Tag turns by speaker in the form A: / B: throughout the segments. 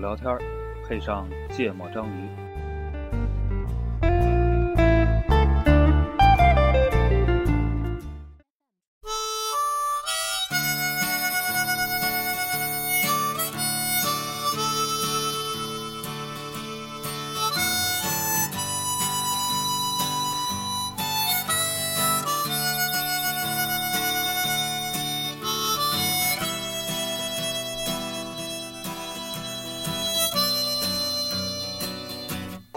A: 聊天，配上芥末章鱼。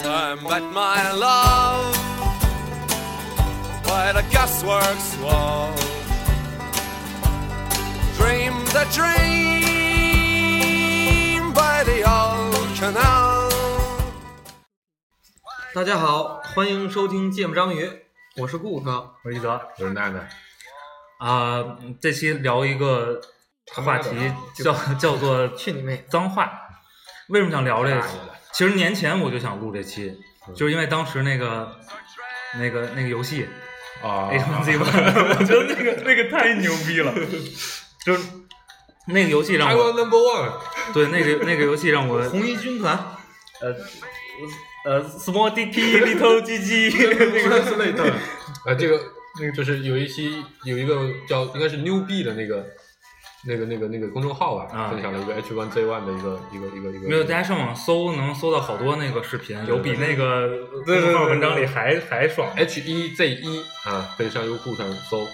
B: I met my love by the gasworks wall. Dreamed a dream by the old canal.
C: 大家好，欢迎收听《芥末章鱼》，我是顾哥。
D: 我是一泽
E: 我是娜娜，
D: 啊、嗯这期聊一个话题叫叫做
C: 去你妹！
D: 脏话。为什么想聊这个
E: 太大了？
D: 其实年前我就想录这期，
C: 嗯
D: 就是因为当时那个那个那个游戏
C: 哦
E: 啊
D: A 1 Z 1我 觉得那个那个太牛逼了，就是那个游戏让
E: I
D: 我
E: was number one，
D: 对那个那个游戏让我
C: 红衣军团，
D: 呃呃 small dicky little gg 那个
E: 之类的。啊，这个那个就是有一期有一个叫应该是 New B 的那个那个那个那个公众号吧
D: 啊，
E: 分享了一个 H1Z1 的一个一个一个一个。
D: 没有，大家上网搜能搜到好多那个视频，有比那个
C: 对对对
D: 公众号文章里还还爽
E: 哎
D: 的。
E: H1Z1 啊，可以上优酷上搜。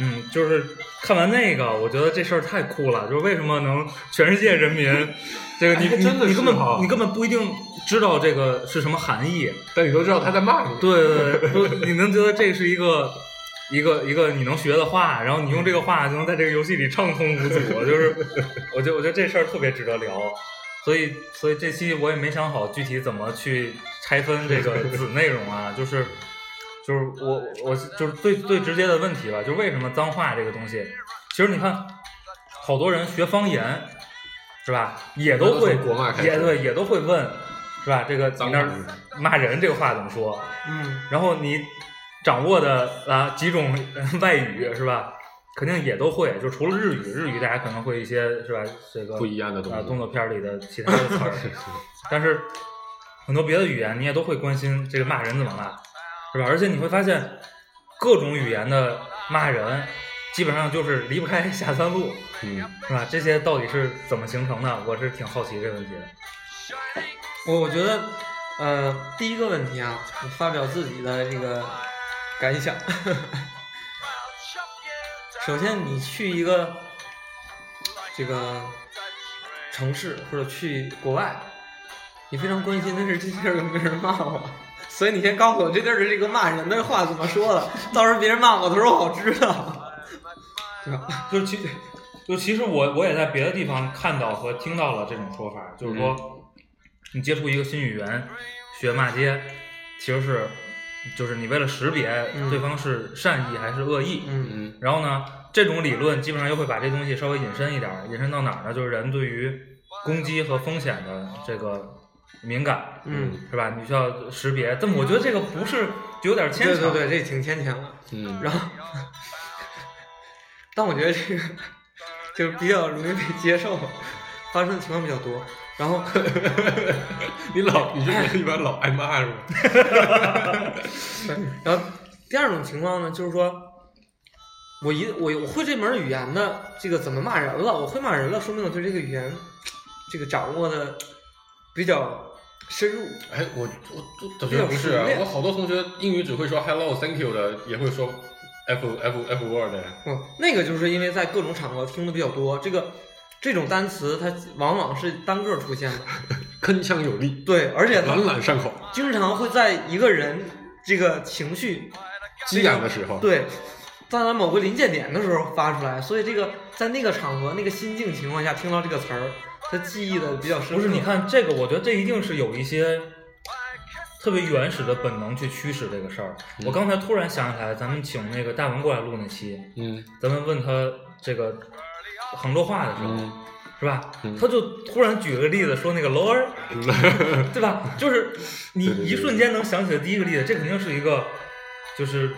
D: 嗯，就是看完那个，我觉得这事儿太酷了。就是为什么能全世界人民，这个你、
E: 哎
D: 你
E: 真的
D: 你
E: 是
D: 根本
E: 哈
D: 你根本不一定知道这个是什么含义。
E: 但你都知道他在骂你。
D: 对对对，不你能觉得这是一个一个一个你能学的话，然后你用这个话就能在这个游戏里畅通无阻。就是，我觉得我觉得这事儿特别值得聊。所以，所以这期我也没想好具体怎么去拆分这个子内容啊，就是，就是我我就是最最直接的问题吧，就是为什么脏话这个东西，其实你看，好多人学方言是吧，也都会
E: 那都从国外开始
D: 也对也都会问是吧，这个你
E: 脏
D: 那
E: 话
D: 儿骂人这个话怎么说？
C: 嗯，
D: 然后你掌握的啊几种呃外语是吧？肯定也都会，就除了日语，日语大家可能会一些是吧？这个
E: 不一样的东西
D: 啊，动作片里的其他的词儿，但是很多别的语言你也都会关心这个骂人怎么骂，是吧？而且你会发现各种语言的骂人基本上就是离不开下三路，
E: 嗯，
D: 是吧？这些到底是怎么形成的？我是挺好奇这个问题的。
C: 我我觉得，呃，第一个问题啊，我发表自己的这个感想。 首先，你去一个这个城市或者去国外，你非常关心的是这地儿有没有人骂我， 所以你先告诉我这地儿的这个骂人的话怎么说的，到时候别人骂我的时候我好知道， 对吧？
D: 就是其 就其实我我也在别的地方看到和听到了这种说法，就是说、
C: 嗯
D: 你接触一个新语言，学骂街，其实是就是你为了识别
C: 嗯
D: 对方是善意还是恶意，
C: 嗯
E: 嗯
D: 然后呢，这种理论基本上又会把这东西稍微引申一点儿，引申到哪儿呢？就是人对于攻击和风险的这个敏感，
C: 嗯，
D: 是吧？你需要识别，但我觉得这个不是就有点牵
C: 对
D: 强，
C: 对对，这挺牵强的。
E: 嗯，
C: 然后，但我觉得这个就是比较容易被接受，发生的情况比较多。然后，
E: 你老你这人一般老挨骂是吧？
C: 然后第二种情况呢，就是说，我一我我会这门语言的这个怎么骂人了，我会骂人了，说明我对这个语言这个掌握的比较深入。
E: 哎，我我我我觉得不是
C: 比较熟
E: 啊，
C: 练
E: 我好多同学英语只会说 hello thank you 的，也会说 f f f word 的。
C: 嗯，那个就是因为在各种场合听的比较多，这个这种单词它往往是单个儿出现的，
E: 铿锵有力，
C: 对，而且它
E: 朗朗上口，
C: 经常会在一个人这个情绪
E: 激昂的时候，
D: 哦
C: 对到达某个临界点的时候发出来，所以这个在那个场合、那个心境情况下听到这个词儿，他记忆的比较深刻。
D: 不是，你看这个，我觉得这一定是有一些特别原始的本能去驱使这个事儿。
E: 嗯
D: 我刚才突然想起来，咱们请那个大文过来录那期，
E: 嗯
D: 咱们问他这个杭州话的时候，
E: 嗯，
D: 是吧？
E: 嗯
D: 他就突然举了个例子，说那个 lower，对吧？就是你
E: 对对对
D: 一瞬间能想起的第一个例子，这肯定是一个，就是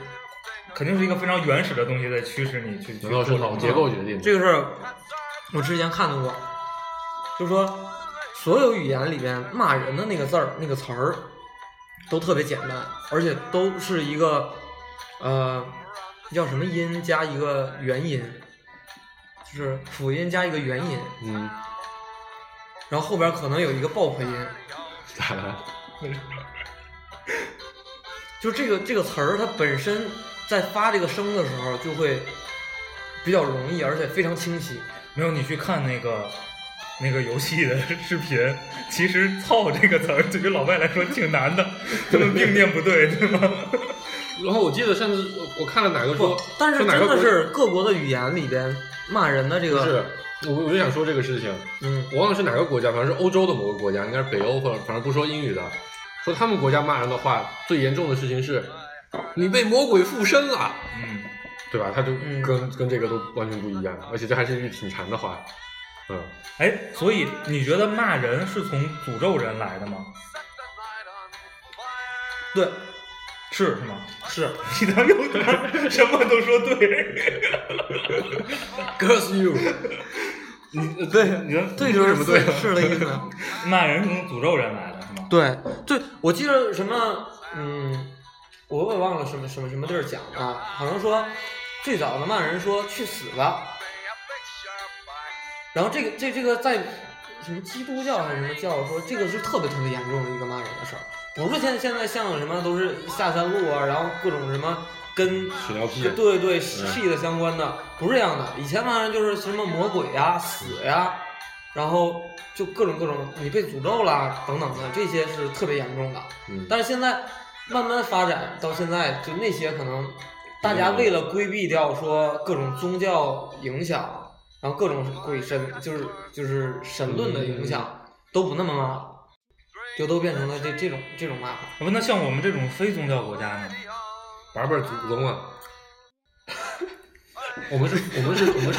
D: 肯定是一个非常原始的东西在驱使你去去
E: 难道
C: 嗯
D: 做
E: 是脑结构决定的？
C: 这个事儿，我之前看到过，就说所有语言里边骂人的那个字儿、那个词儿都特别简单，而且都是一个呃叫什么音加一个元音，就是辅音加一个元音，
E: 嗯，
C: 然后后边可能有一个爆破音，
E: 咋了？
C: 就这个这个词儿它本身在发这个声的时候就会比较容易，而且非常清晰。
D: 没有，你去看那个那个游戏的视频，其实“操”这个词儿对于老外来说挺难 的，他们并念不对，对吗？
E: 然后我记得上次我我看了哪个
C: 不
E: 说，，
C: 但是
E: 说
C: 真
E: 哪
C: 的
E: 个国
C: 是各国的语言里边骂人的这
E: 不
C: 个，
E: 是，我我就想说这个事情，
C: 嗯
E: 我忘了是哪个国家，反正是欧洲的某个国家，应该是北欧或者反正不说英语的，说他们国家骂人的话，最严重的事情是，你被魔鬼附身了，
D: 嗯，
E: 对吧？他就
C: 嗯
E: 跟、跟这个都完全不一样，而且这还是一句挺长的话，嗯，
D: 哎，所以你觉得骂人是从诅咒人来的吗？
C: 对，
D: 是是吗？
C: 是
D: 你他妈又他妈什么都说对，
E: curse you，
D: 你对你的
C: 对，
D: 你说
C: 就是
D: 什么对
C: 是？是的意思。
D: 骂人是从诅咒人来的是吗？
C: 对对，我记得什么，嗯，我也忘了什么什么什么地儿讲的，好像说最早的骂人说去死吧，然后这个这这个在什么基督教还是什么教说这个是特别特别严重的一个骂人的事儿，不是现在现在像什么都是下三路啊，然后各种什么跟
E: 屎尿屁，
C: 对对系的相关的，不是这样的。以前骂人就是什么魔鬼呀、死呀，然后就各种各种你被诅咒啦等等的，这些是特别严重的。
E: 嗯，
C: 但是现在慢慢发展到现在，就那些可能大家为了规避掉说各种宗教影响，然后各种鬼神就是就是神论的影响，都不那么骂了，就都变成了这这种这种骂法。
D: 不，那像我们这种非宗教国家呢？
E: 玩玩祖 宗啊。我们是，我们是，我们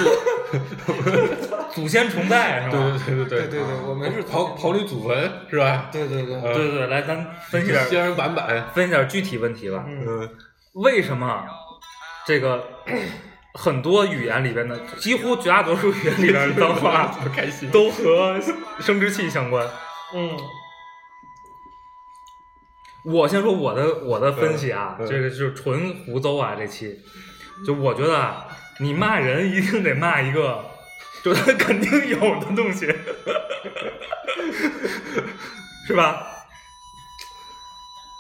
E: 是，
D: 祖先崇拜是吧？
E: 对对对哦对
C: 对对我们是
E: 刨刨捋祖坟是吧？
C: 对对对，
E: 呃
D: 对对对，来咱分析点
E: 西安版本，
D: 分析点具体问题吧。
C: 嗯。
E: 嗯，
D: 为什么这个 很多语言里边的，几乎绝大多数语言里边的脏话
E: 不开心。
D: 都和生殖器相关？
C: 嗯
D: 我先说我的我的分析啊，
E: 嗯嗯
D: 这个就是纯胡诌啊，这期就我觉得啊，你骂人一定得骂一个， 就他肯定有的东西， 是吧？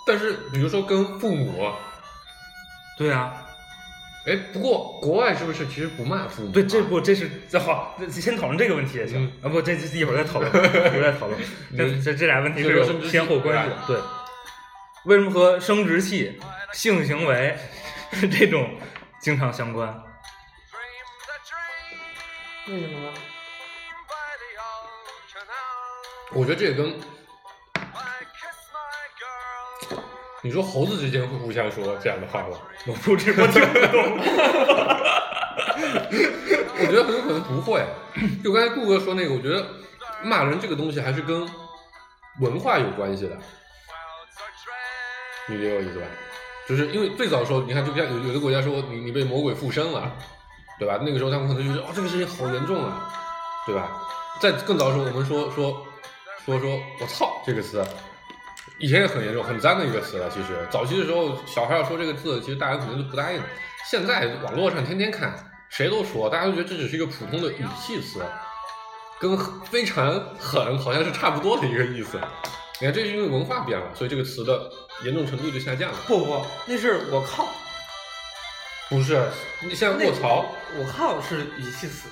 E: 但是比如说跟父母，
D: 对啊，
E: 哎，不过国外是不是其实不骂父母啊？
D: 对，这不这是这好，这先讨论这个问题也行、啊，
E: 嗯
D: 不，这这一会儿再讨 论，一会儿再讨论， 这这这俩问题是有先后关系的，对。为什么和生殖器、性行为 这种经常相关？
C: 为什么呢？
E: 我觉得这个跟你说猴子之间会互相说这样的话吗？
D: 我不知我听不懂。
E: 我觉得很有可能不会。就刚才顾哥说那个，我觉得骂人这个东西还是跟文化有关系的，你理解我意思吧？就是因为最早的时候，你看，就像有有的国家说你你被魔鬼附身了，对吧？那个时候他们可能就觉得哦，这个事情好严重啊，对吧？在更早的时候，我们说说说说我操这个词，以前也很严重、很脏的一个词了。其实早期的时候，小孩要说这个字，其实大家可能都不答应。现在网络上天天看，谁都说，大家都觉得这只是一个普通的语气词，跟非常狠好像是差不多的一个意思。你看，这是因为文化变了，所以这个词的严重程度就下降了。
C: 不不，那是我靠，
E: 不是，你像
C: 那
E: 卧槽，
C: 我靠是语气词。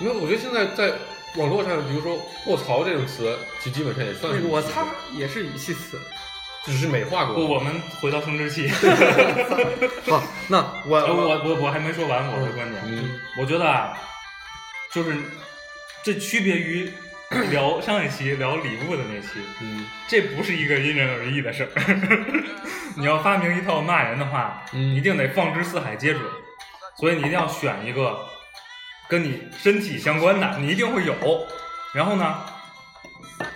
E: 因为我觉得现在在网络上，比如说卧槽这种词，其实基本上也算
C: 那
E: 是
C: 个我擦也是语气词。
E: 只是美化过。
D: 不，我们回到生殖 器。
E: 哦
C: 不， 那我
D: 呃我我我还没说完我的观点，
E: 嗯，
D: 我觉得啊，就是这区别于聊上一期聊礼物的那期，
E: 嗯
D: 这不是一个因人而异的事儿。 你要发明一套骂人的话，
E: 嗯
D: 一定得放之四海皆准，所以你一定要选一个跟你身体相关的，你一定会有。然后呢，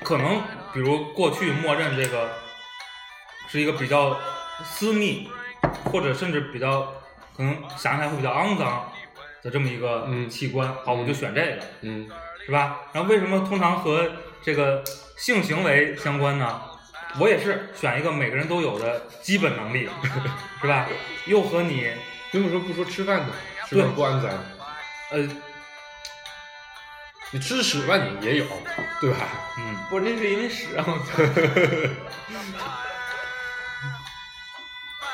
D: 可能比如过去默认这个是一个比较私密，或者甚至比较可能想起来会比较肮脏的这么一个
E: 嗯
D: 器官。好，我就选这个。
E: 嗯
D: 是吧？然后为什么通常和这个性行为相关呢？我也是选一个每个人都有的基本能力， 是吧？又和你
E: 你怎么说不说吃饭呢？吃饭不安咱，
D: 呃，
E: 你吃屎吧你也有，对吧？
D: 嗯，
C: 不是，那是因为屎啊！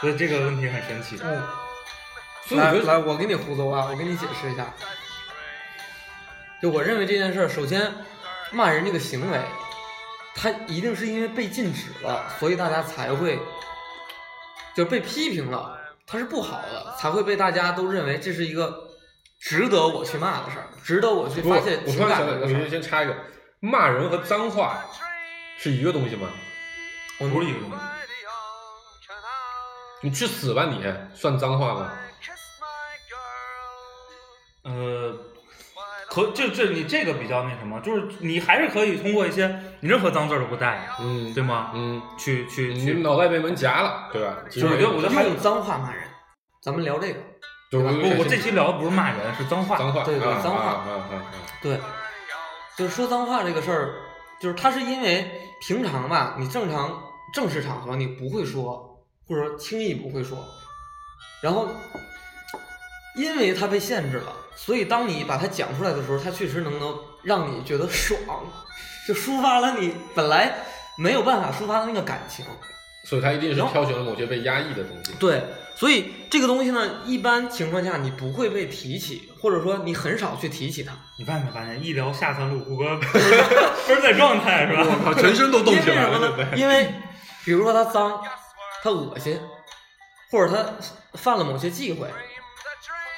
D: 所以这个问题很神奇。
C: 嗯，
E: 所以我
C: 来
E: 觉得
C: 来，我给你胡诌啊，我给你解释一下。就我认为这件事儿，首先骂人这个行为，它一定是因为被禁止了，所以大家才会就是被批评了，它是不好的，才会被大家都认为这是一个值得我去骂的事儿，值得我去
E: 不，我
C: 发泄
E: 突
C: 情
E: 然
C: 感
E: 想
C: 的
E: 起
C: 一
E: 来，
C: 个
E: 我
C: 事
E: 先
C: 儿。
E: 先插一个，骂人和 脏话是一个东西吗？
C: 我
D: 不是一个东西，
E: 你去死吧你算脏话吗？
D: 呃，可这这你这个比较那什么，就是你还是可以通过一些你任何脏字儿都不带，
E: 嗯，
D: 对吗？
E: 嗯，
D: 去去
E: 你
D: 去，
E: 脑袋被门夹了，对吧？
D: 就是我觉得我觉得还有
C: 用脏话骂人，咱们聊这个。
E: 就是
D: 不，我这期聊的不是骂人，是脏话。
E: 脏话，
C: 对对
E: 啊
C: 脏话
E: 啊啊啊啊！
C: 对，就是说脏话这个事儿，就是它是因为平常吧，你正常正式场合你不会说，或者说轻易不会说，然后因为它被限制了，所以当你把它讲出来的时候，它确实能够让你觉得爽，就抒发了你本来没有办法抒发的那个感情。
E: 所以他一定是
C: 然后
E: 挑选了某些被压抑的东西。
C: 对，所以这个东西呢，一般情况下你不会被提起，或者说你很少去提起它。
D: 你发现没发现，一聊下三路，谷歌 不是在状态是吧？
E: 靠，全身都
C: 因为什么呢？因为比如说他脏，他恶心，或者他犯了某些忌讳，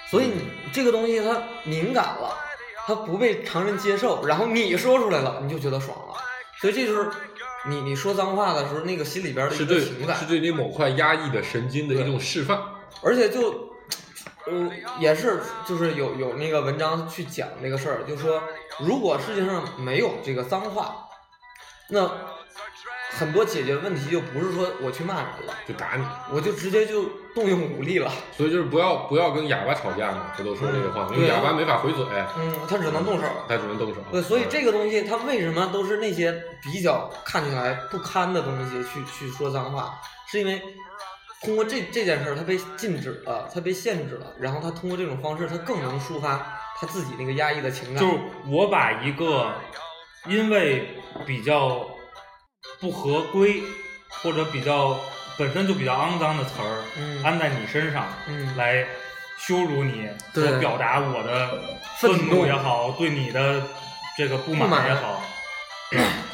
C: 所以你这个东西它敏感了，它不被常人接受，然后你说出来了，你就觉得爽了，所以这就是你你说脏话的时候那个心里边的
E: 是
C: 一
E: 对
C: 个情感
E: 是，对你某块压抑的神经的一种释放。
C: 而且就。嗯，也是，就是有有那个文章去讲这个事儿，就说如果世界上没有这个脏话，那很多解决问题就不是说我去骂人了，
E: 就打你，
C: 我就直接就动用武力了。
E: 所以就是不要不要跟哑巴吵架嘛，不都说这个话吗？因为
C: 对啊
E: 哑巴没法回嘴，
C: 嗯，他只能动手。
E: 他只能动手。
C: 对，所以这个东西它为什么都是那些比较看起来不堪的东西去去说脏话，是因为通过这这件事儿，他被禁止了，他被限制了，然后他通过这种方式，他更能抒发他自己那个压抑的情感。
D: 就是我把一个因为比较不合规或者比较本身就比较肮脏的词儿、
C: 嗯
D: 安在你身上，
C: 嗯
D: 来羞辱你，
C: 对
D: 我表达我的
C: 愤
D: 愤
C: 怒
D: 也好，对你的这个不
C: 不满
D: 满也好，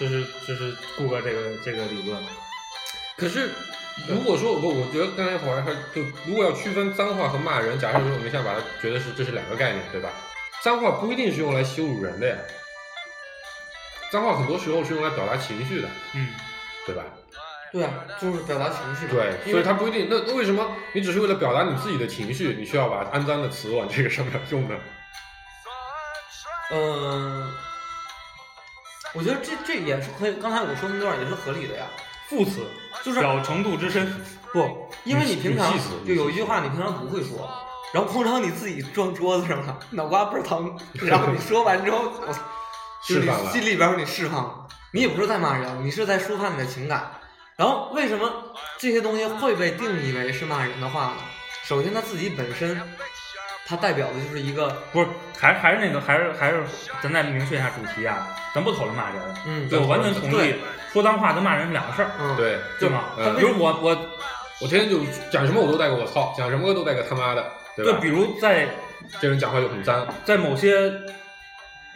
D: 就是就是顾哥这个这个理论，
E: 可是，如果说我我觉得刚才好像还就如果要区分脏话和骂人，假设说我们现在把它觉得是这是两个概念，对吧？脏话不一定是用来羞辱人的呀，脏话很多时候是用来表达情绪的，
D: 嗯，
E: 对吧？
C: 对啊，就是表达情绪。
E: 对，
C: 因
E: 所
C: 为
E: 以它不一定。那那为什么你只是为了表达你自己的情绪，你需要把肮脏的词往这个上面用呢？
C: 嗯，我觉得这这也是可以，刚才我说那段也是合理的呀。
D: 副词
C: 就是
D: 表程度之深，
C: 不，因为你平常
E: 语气词
C: 就有一句话你平常不会说，然后碰上你自己撞桌子上了，脑瓜倍儿疼，然后你说完之后， 我操，就是
E: 释放了
C: 你心里边儿你释放了，你也不是在骂人，你是在抒发你的情感。然后为什么这些东西会被定义为是骂人的话呢？首先，它自己本身，它代表的就是一个，
D: 不是，还还是那个，还是还是，咱再明确一下主题啊，咱不讨论骂人。
C: 嗯
D: 对我完全同意
C: 对，
D: 说脏话跟骂人是两个事儿，
C: 嗯，，
E: 对，
D: 对吗？
E: 嗯
D: 比如我我
E: 我天天就讲什么我都带个我操，讲什么都带个他妈的，对
D: 对，
E: 吧？
D: 比如在
E: 这人讲话就很脏，
D: 在某些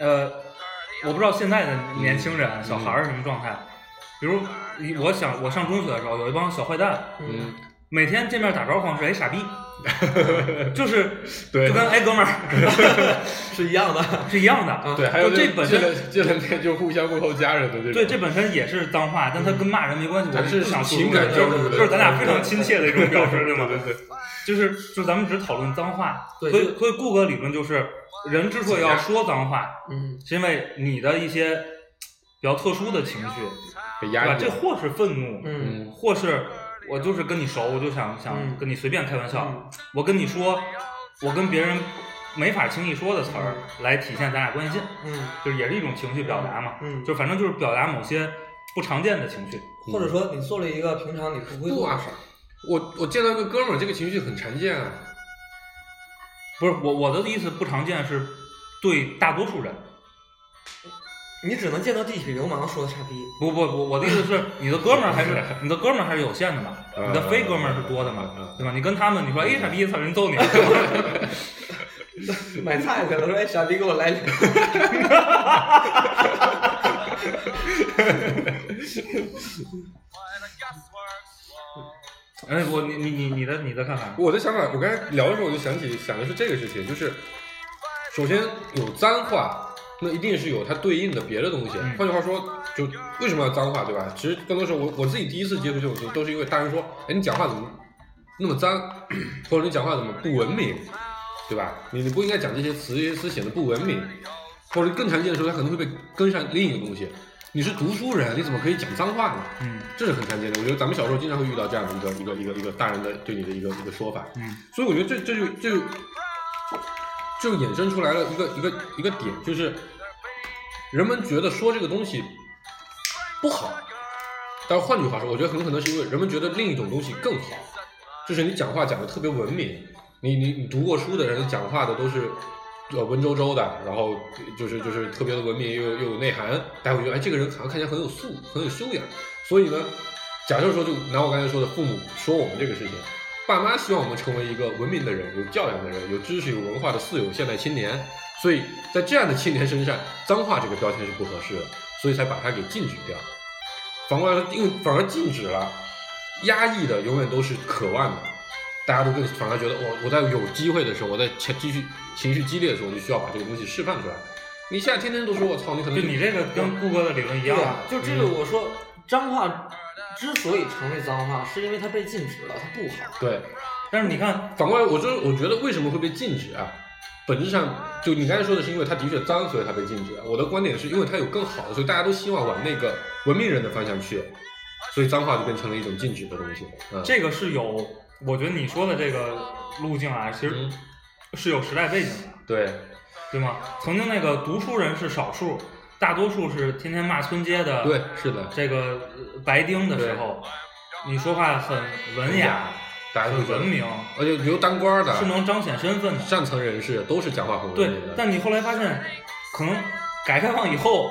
D: 呃，我不知道现在的
E: 嗯
D: 年轻人、小孩儿是什么状态，比如你我想我上中学的时候，有一帮小坏蛋，
E: 嗯，
D: 每天见面打招呼方式，哎，傻 逼，就是
E: 对
D: 就跟哎哥们儿
C: 是一样的。
D: 是一样的。
E: 对，还有
D: 就
E: 这
D: 这本身
E: 这这两天就互相问候家人的这种，
D: 对，这本身也是脏话，但它跟骂人没关系，我
E: 咱是
D: 不想
E: 情 感
D: 交
E: 交流
D: 就
E: 的
D: 是咱俩非常亲切的一种表示，对吗？
E: 对对对，
D: 就是就是咱们只讨论脏话，
C: 对
D: 所
C: 就
D: 以所以顾哥理论就是，人之所以要说脏话，
C: 嗯，
D: 是因为你的一些嘖比较特殊的情绪，
E: 被
D: 对吧
E: 压？抑
D: 这
E: 了。
D: 或是愤怒，
C: 嗯
E: 嗯，
D: 或是我就是跟你熟，我就想想
C: 嗯
D: 跟你随便开玩笑
C: 嗯，
D: 我跟你说，我跟别人没法轻易说的词儿来体现咱俩关系近，
C: 嗯，
D: 就是也是一种情绪表达嘛。
C: 嗯
D: 就反正就是表达某些不常见的情绪。
C: 或者说你做了一个平常你不会
E: 不
C: 做的
E: 啊
C: 事儿，，
E: 我我见到一个哥们儿，这个情绪很常见啊。
D: 不是我我的意思，不常见是对大多数人。
C: 你只能见到地痞流氓说的傻逼。
D: 不不不，我的意思是，你的哥们儿还是你的哥们儿还是有限的嘛，
E: 嗯
D: 你的非哥们儿是多的
E: 嗯
D: 嘛
E: 嗯，
D: 对吧？你跟他们，你说哎傻逼，操人揍 你，对吧
C: 买菜去了，说哎，傻逼给我来两个。
D: 哎我你你你你的你的看法，
E: 我的想法，我刚才聊的时候我就想起想的是这个事情，就是首先有脏话，那一定是有它对应的别的东西。
D: 嗯
E: 换句话说，就为什么要脏话，对吧？其实更多时候我我自己第一次接触这种东西，都是因为大人说，哎，你讲话怎么那么脏， 或者你讲话怎么不文明，对吧？你你不应该讲这些词，这些词显得不文明，或者更常见的时候，它可能会被跟上另一个东西。你是读书人，你怎么可以讲脏话呢？
D: 嗯
E: 这是很常见的。我觉得咱们小时候经常会遇到这样的一个一个一个一个大人的对你的一个一个说法，
D: 嗯
E: 所以我觉得这这就这就就衍生出来了一个一个一个点，就是人们觉得说这个东西不好，但是换句话说，我觉得很可能是因为人们觉得另一种东西更好，就是你讲话讲的特别文明，你你你读过书的人讲话的都是。呃，文绉绉的，然后就是就是特别的文明，又有又有内涵，大家会觉得哎，这个人好像看起来很有素，很有修养。所以呢，假设说，就拿我刚才说的父母说我们这个事情，爸妈希望我们成为一个文明的人、有教养的人、有知识、有文化的四有现代青年。所以在这样的青年身上，脏话这个标签是不合适的，所以才把它给禁止掉。反过来说，因为反而禁止了，压抑的永远都是渴望的，大家都更反而觉得我我在有机会的时候，我在情继续情绪激烈的时候，我就需要把这个东西释放出来。你现在天天都说我操，你可能
D: 就你这个跟顾哥的理论一样
C: 对，啊，就这个我说，脏话之所以成为脏话，是因为它被禁止了，它不好。
E: 对
D: 但是你看，
E: 反过来，我就是我觉得为什么会被禁止啊？本质上，就你刚才说的是因为它的确脏，所以它被禁止。啊我的观点是因为它有更好的，所以大家都希望往那个文明人的方向去，所以脏话就变成了一种禁止的东西。嗯，
D: 这个是有，我觉得你说的这个路径啊，其实
E: 嗯
D: 是有时代背景的，
E: 对，
D: 对吗？曾经那个读书人是少数，大多数是天天骂村街的，
E: 对，是的，
D: 这个呃白丁的时候，你说话很文雅，
E: 大家都
D: 很
E: 觉得
D: 文明，
E: 而且留当官的、
D: 是能彰显身份的。
E: 上层人士都是讲话很文
D: 对
E: 明的。，
D: 但你后来发现，可能改革开放以后，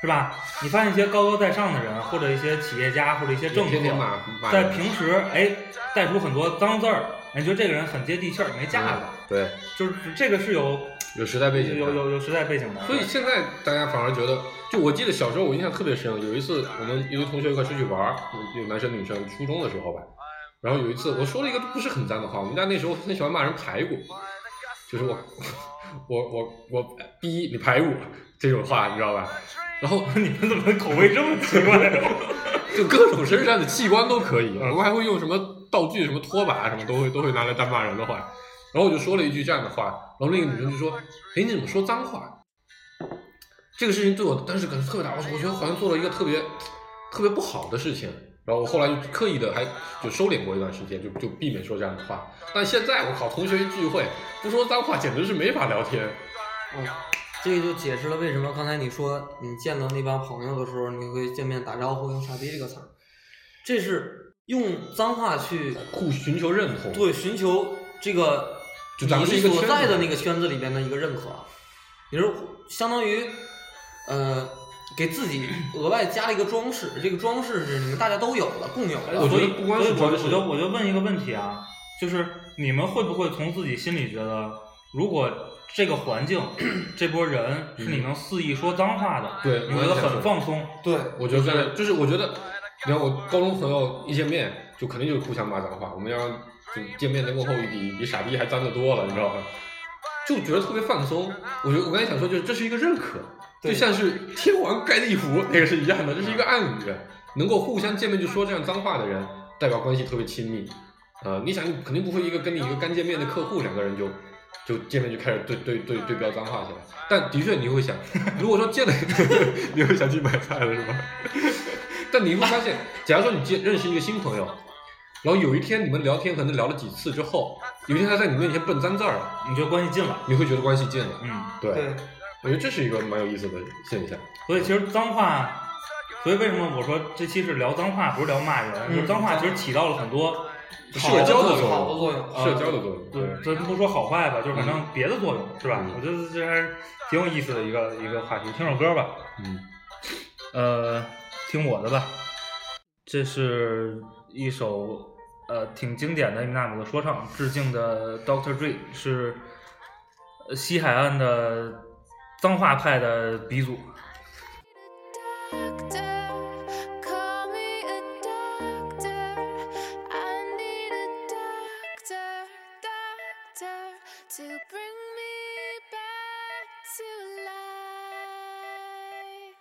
D: 是吧？你发现一些高高在上的人，或者一些企业家，或者一些政
E: 也天天
D: 客，
E: 骂骂
D: 在
E: 人
D: 平时哎带出很多脏字儿，哎你觉得这个人很接地气儿，没架子，
E: 对，
D: 就是这个是有
E: 有时代背景的，
D: 有有有时代背景的。
E: 所以现在大家反而觉得，就我记得小时候我印象特别深，有一次我们一堆同学一块出去玩儿，有有男生女生，初中的时候吧。然后有一次我说了一个不是很脏的话，我们家那时候很喜欢骂人排骨，就是我 我我我逼你排骨这种话，你知道吧？然后
D: 你们怎么口味这么奇怪？
E: 就各种身上的器官都可以，我们还会用什么道具、什么拖把什么都会都会拿来当骂人的话。然后我就说了一句这样的话，然后那个女生就说：“哎，你怎么说脏话？”这个事情对我当时感受特别大，我我觉得好像做了一个特别特别不好的事情。然后我后来就刻意的还就收敛过一段时间，就就避免说这样的话。但现在我靠，同学一聚会不说脏话简直是没法聊天。
C: 嗯，这个就解释了为什么刚才你说你见到那帮朋友的时候，你会见面打招呼用“傻逼”这个词儿，这是用脏话去
E: 互寻求认同，
C: 对寻求这个
E: 就咱们是
C: 你
E: 一个
C: 所
E: 圈
C: 在
E: 子
C: 的那个圈子里面的一个认可，也是相当于呃给自己额外加了一个装饰，这个装饰是你们大家都有的，共有
E: 我
C: 的。
E: 觉
D: 所
E: 得
D: 以，
E: 啊不光是
D: 所以我
E: 装饰
D: 我就我就问一个问题啊，就是你们会不会从自己心里觉得，如果这个环境、这波 人是你能肆意说脏话的，
E: 嗯对
D: 你觉得很放松？
C: 对，
E: 我觉得就是我觉得，你看我高中朋友一见面就肯定就是互相骂脏话，我们要就见面的问候语比比傻逼还脏的多了，你知道吗？就觉得特别放松。我觉得我刚才想说，就是这是一个认可，
C: 对
E: 就像是天王盖地虎那个是一样的，这是一个暗语，能够互相见面就说这样脏话的人，代表关系特别亲密。呃，你想你肯定不会一个跟你一个刚见面的客户两个人就。就见面就开始对对对对标脏话起来，但的确你会想，如果说见了， 你会想去买菜了是吧？但你会发现，假如说你接认识一个新朋友，然后有一天你们聊天可能聊了几次之后，有一天他在你面前蹦脏字儿了，
D: 你觉得关系近了，
E: 你会觉得关系近了。
D: 嗯，
E: 对，
C: 对，
E: 我觉得这是一个蛮有意思的现象。
D: 所以其实脏话，所以为什么我说这期是聊脏话，不是聊骂人？
C: 嗯
D: 就是脏话其实起到了很多好
E: 社交
D: 的
E: 的
D: 作
E: 作
C: 好的
E: 用，
C: 作用，
E: 社交的作用，对
D: 对，这不说好坏吧，就是反正别的作用是吧
E: 嗯？
D: 我觉得这还是挺有意思的一个一个话题。听首歌吧，
E: 嗯，
D: 呃，听我的吧，这是一首呃挺经典的伊纳姆的说唱，致敬的 Doctor Dre 是呃西海岸的脏话派的鼻祖。
F: doctor. Call me a doctor. I need a doctor, doctor, to bring me back to life.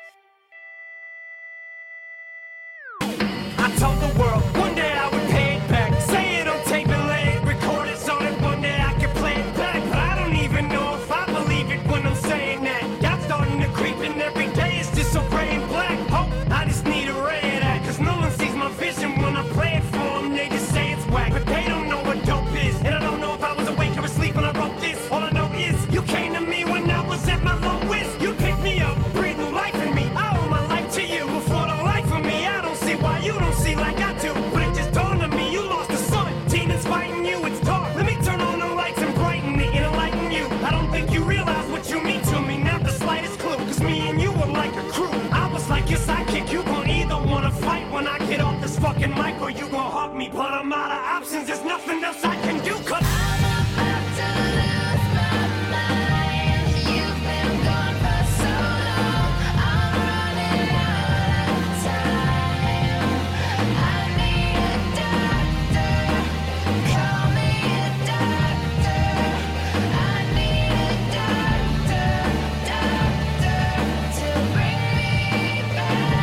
G: I told the world one day I would pay it back. Say it on tape and lay it recorded so that one day I could play it back. But I don't even know if I believe it when I'm saying that. Y'all starting to creep and every day it's just so gray and black. Hope I just need a ray of that. Cause no one sees my vision when I play it for 'em. They just say it's whack, but they don't know what dope is. And I don't know if I was awake or asleep when I wrote this. All I know is you came to me when I was at my lowest. You picked me up, breathe new life in me. I owe my life to you before the life of me. I don't see why you don't see like I do. But it just dawned on me, you lost the sun. Tina's fighting you, it's dark. Let me turn on the lights and brighten it and enlighten you. I don't think you realize what you mean to me, not the slightest clue. Cause me and you were like a crew. I was like your sidekick, you gon' either wanna fight when I get off this fucking mic or you gon' hug me. But I'm out of options, there's nothing else I can do. Cause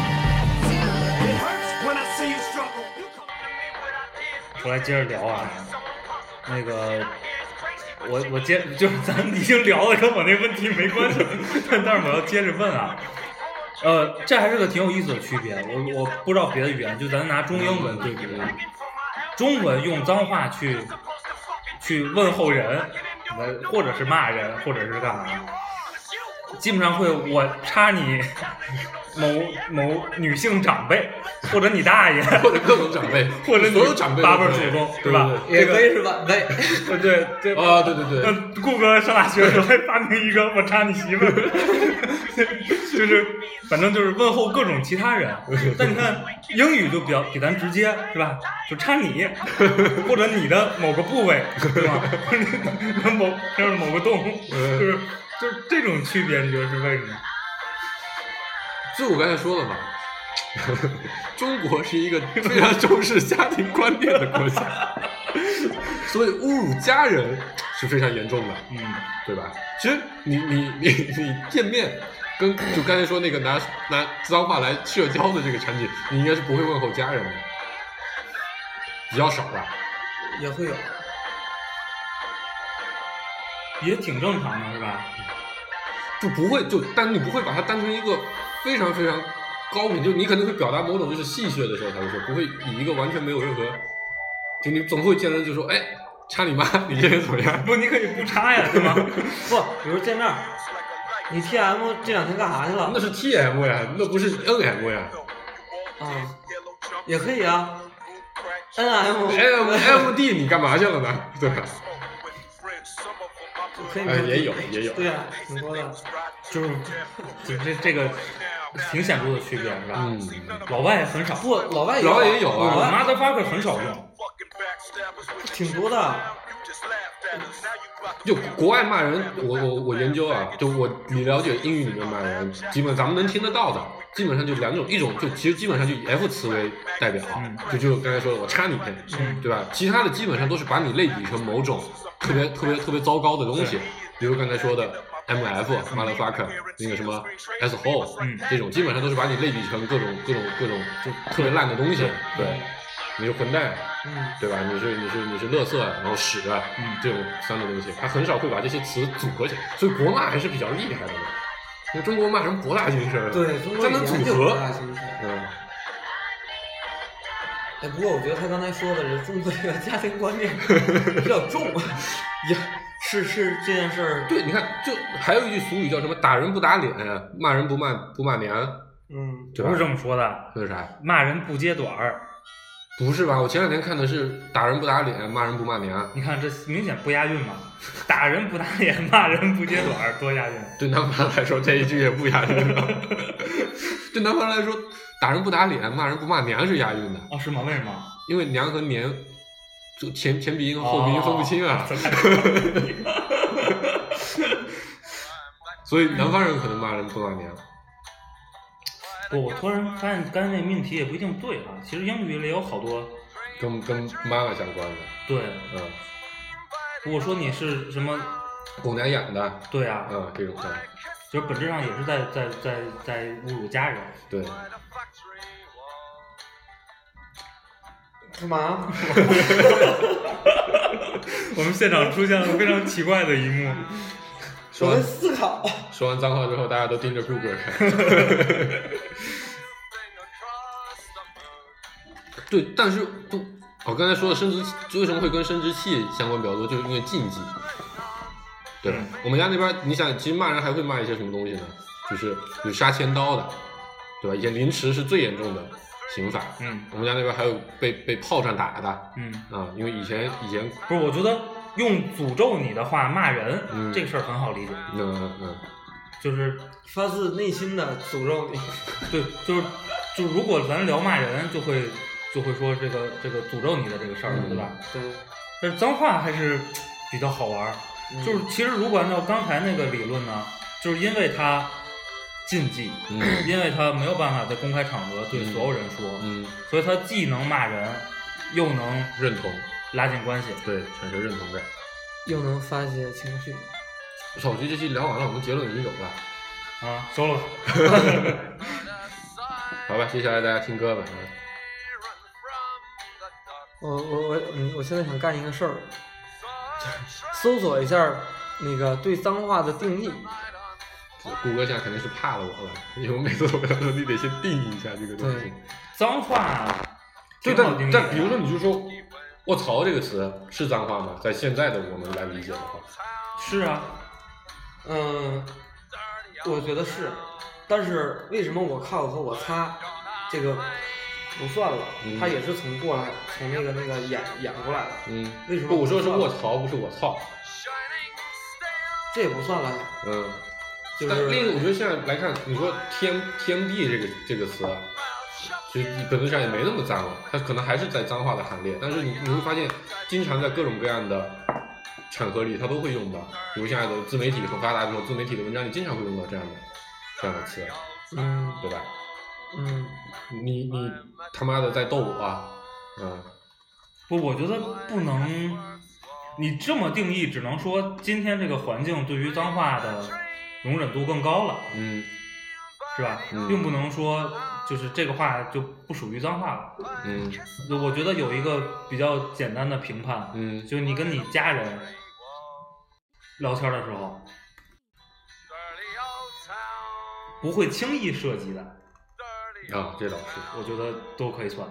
G: it hurts when I see you struggle. You come to me with ideas, you
D: 我来接着聊啊，那个
G: crazy.
D: 我我接就是咱们已经聊的跟我那问题没关系，但但是我要接着问啊，呃，这还是个挺有意思的区别。我我不知道别的语言，就咱拿中英文对比，啊中文用脏话去去问候人，呃或者是骂人，或者是干嘛，基本上会我插你某某女性长辈，或者你大爷，
E: 或者各种长辈，
D: 或者你
E: 所有长辈都
D: 八辈儿
E: 可以
D: 祖宗
E: 对
D: 对吧
C: 也可以是晚辈，
D: 呃对对
E: 对对啊，对 对对，
D: 嗯，顾哥上大学的时候还发明一个“我插你媳妇儿”，就是反正就是问候各种其他人。但你看英语就比较比咱直接，是吧？就插你，或者你的某个部位，对吧？ 某就是某个洞，
C: 嗯
D: 就是就是这种区别，你觉得是为什么？
E: 所以我刚才说了嘛，中国是一个非常重视家庭观念的国家，所以侮辱家人是非常严重的，
D: 嗯，
E: 对吧？其实你你你你见面跟就刚才说那个拿拿脏话来社交的这个场景，你应该是不会问候家人的，比较少吧？
C: 也会有。
D: 也挺正常的，是吧？
E: 就不会就，但你不会把它当成一个非常非常高频，就你可能会表达某种就是戏谑的时候才会说，不会以一个完全没有任何，就你总会见人就说，哎，插你妈，你这人怎么样？
D: 不，你可以不插呀，对吗？
C: 不，比如见面儿，你 T M 这两天干啥去了
E: 那？是 T M 呀，那不是 N M 呀
C: 啊，也可以啊。N M
E: ，M M D 你干嘛去了呢？ 对吧？
C: 可以
E: 哎，也有也有，
C: 对啊，挺多的。
D: 就是 就是这这个挺显著的区别，是吧？
E: 嗯，
D: 老外很少，
C: 不，老外也
E: 老外也有
D: 我
E: 啊
C: 老外
D: motherfucker 很少用。
C: 挺多的。
E: 就国外骂人，我我我研究啊，就我你了解英语里面骂人，基本咱们能听得到的，基本上就两种，一种就其实基本上就以 F 词为代表，
D: 嗯
E: 就就刚才说的我插你，对吧？其他的基本上都是把你类比成某种特别特别特别糟糕的东西
D: 对，
E: 比如刚才说的 M F、motherfucker 那个什么 asshole，
D: 嗯
E: 这种基本上都是把你类比成各种各种各种就特别烂的东西，对，你是混蛋，
C: 嗯，
E: 对吧？你是你是你是乐色，然后屎啊，
D: 嗯
E: 这种三个东西，他很少会把这些词组合起来，所以国骂还是比较厉害的嘛。因为中国骂什么博大精深，啊
C: 对，中
E: 它
C: 国
E: 能
C: 语
E: 组
C: 言就有
E: 合
C: 大，形式。
E: 嗯，
C: 哎，不过我觉得他刚才说的是中国这个家庭观念比较 重，也是是这件事儿，
E: 对，你看，就还有一句俗语叫什么“打人不打脸，骂人不骂不骂娘
C: 嗯”，，
E: 对吧？
D: 不是这么说的，
E: 那是啥？
D: 骂人不揭短儿。
E: 不是吧？我前两天看的是“打人不打脸，骂人不骂娘
D: 你看这明显不押韵嘛， 打人不打脸，骂人不揭短儿，多押韵。”，
E: 对南方人来说这一句也不押韵啊。 对南方人来说，“打人不打脸，骂人不骂娘”是押韵的，
D: 哦，是吗？为什么？
E: 因为娘和年就前前鼻音
D: 哦
E: 和后鼻音分不
C: 哦
E: 清啊，所以南方人可能骂人不骂娘。
D: 不，我突然发现刚才那命题也不一定对啊。其实英语里有好多
E: 跟跟妈妈相关的，
D: 对。
E: 嗯，
D: 我说你是什么？
E: 狗娘养的，
D: 对啊，
E: 嗯，这种的，
D: 就是本质上也是在在在在侮辱家人。
E: 对，
C: 干嘛？
D: 我们现场出现了非常奇怪的一幕。
C: 我
E: 说
C: 在
E: 完
C: 思考，
E: 说完脏话之后，大家都盯着布哥看。 对，但是不，我刚才说的生殖器为什么会跟生殖器相关比较多，就是因为禁忌。对吧，我们家那边，你想，其实骂人还会骂一些什么东西呢？就是有杀千刀的，对吧？以前凌迟是最严重的刑法。
D: 嗯
E: 我们家那边还有被被炮仗打的啊、
D: 嗯，
E: 因为以前以前，
D: 不是，我觉得用诅咒你的话骂人、
E: 嗯
D: 这个事儿很好理解，
E: 嗯嗯嗯，
D: 就是
C: 发自内心的诅咒你。
D: 对，就是就如果咱聊骂人，就会就会说这个这个诅咒你的这个事儿，
E: 嗯
D: 对吧？
C: 对，
D: 但是脏话还是比较好玩儿，
C: 嗯
D: 就是其实如果按照刚才那个理论呢，就是因为它禁忌，
E: 嗯
D: 因为它没有办法在公开场合对所有人说，
E: 嗯，
D: 所以它既能骂人，又能
E: 认同，
D: 拉近关系。
E: 对，产生认同感。
C: 又能发泄情绪。
E: 我操，我觉得这期聊完了，我们结论已经有了。
D: 啊，收了吧。
E: 好吧，接下来大家听歌吧。嗯
C: 我我我，嗯，我现在想干一个事儿，搜索一下那个对脏话的定义。
E: 呃谷歌现在肯定是怕了我了，因为我每次都跟他说你得先定义一下这个东西。
D: 脏话，
E: 对，
D: 挺好
E: 但
D: 听
E: 但
D: 的
E: 比如说你就说“卧槽”这个词是脏话吗？在现在的我们来理解的话，
D: 是啊，
C: 嗯，我觉得是，但是为什么我靠和我擦这个不算了？
E: 嗯
C: 它也是从过来，从那个那个演演过来的，
E: 嗯，
C: 为什么
E: 不，我说的是“卧槽”，不是“我操
C: 这也不算了。”。
E: 嗯，
C: 就
E: 但另一个，我
C: 是
E: 觉得现在来看，你说天“天地”这个这个词啊，其实本质上也没那么脏了，它可能还是在脏话的行列。但是你你会发现，经常在各种各样的场合里，它都会用到。比如现在的自媒体很发达之后，自媒体的文章里经常会用到这样的这样的词，
C: 嗯
E: 对吧？
C: 嗯，
E: 你你他妈的在逗我啊！嗯，
D: 不，我觉得不能，你这么定义，只能说今天这个环境对于脏话的容忍度更高了，
E: 嗯
D: 是吧？
E: 嗯
D: 并不能说就是这个话就不属于脏话了。
E: 嗯
D: 我觉得有一个比较简单的评判，
E: 嗯
D: 就是你跟你家人聊天的时候，不会轻易涉及的，
E: 啊，这倒是。
D: 我觉得都可以算，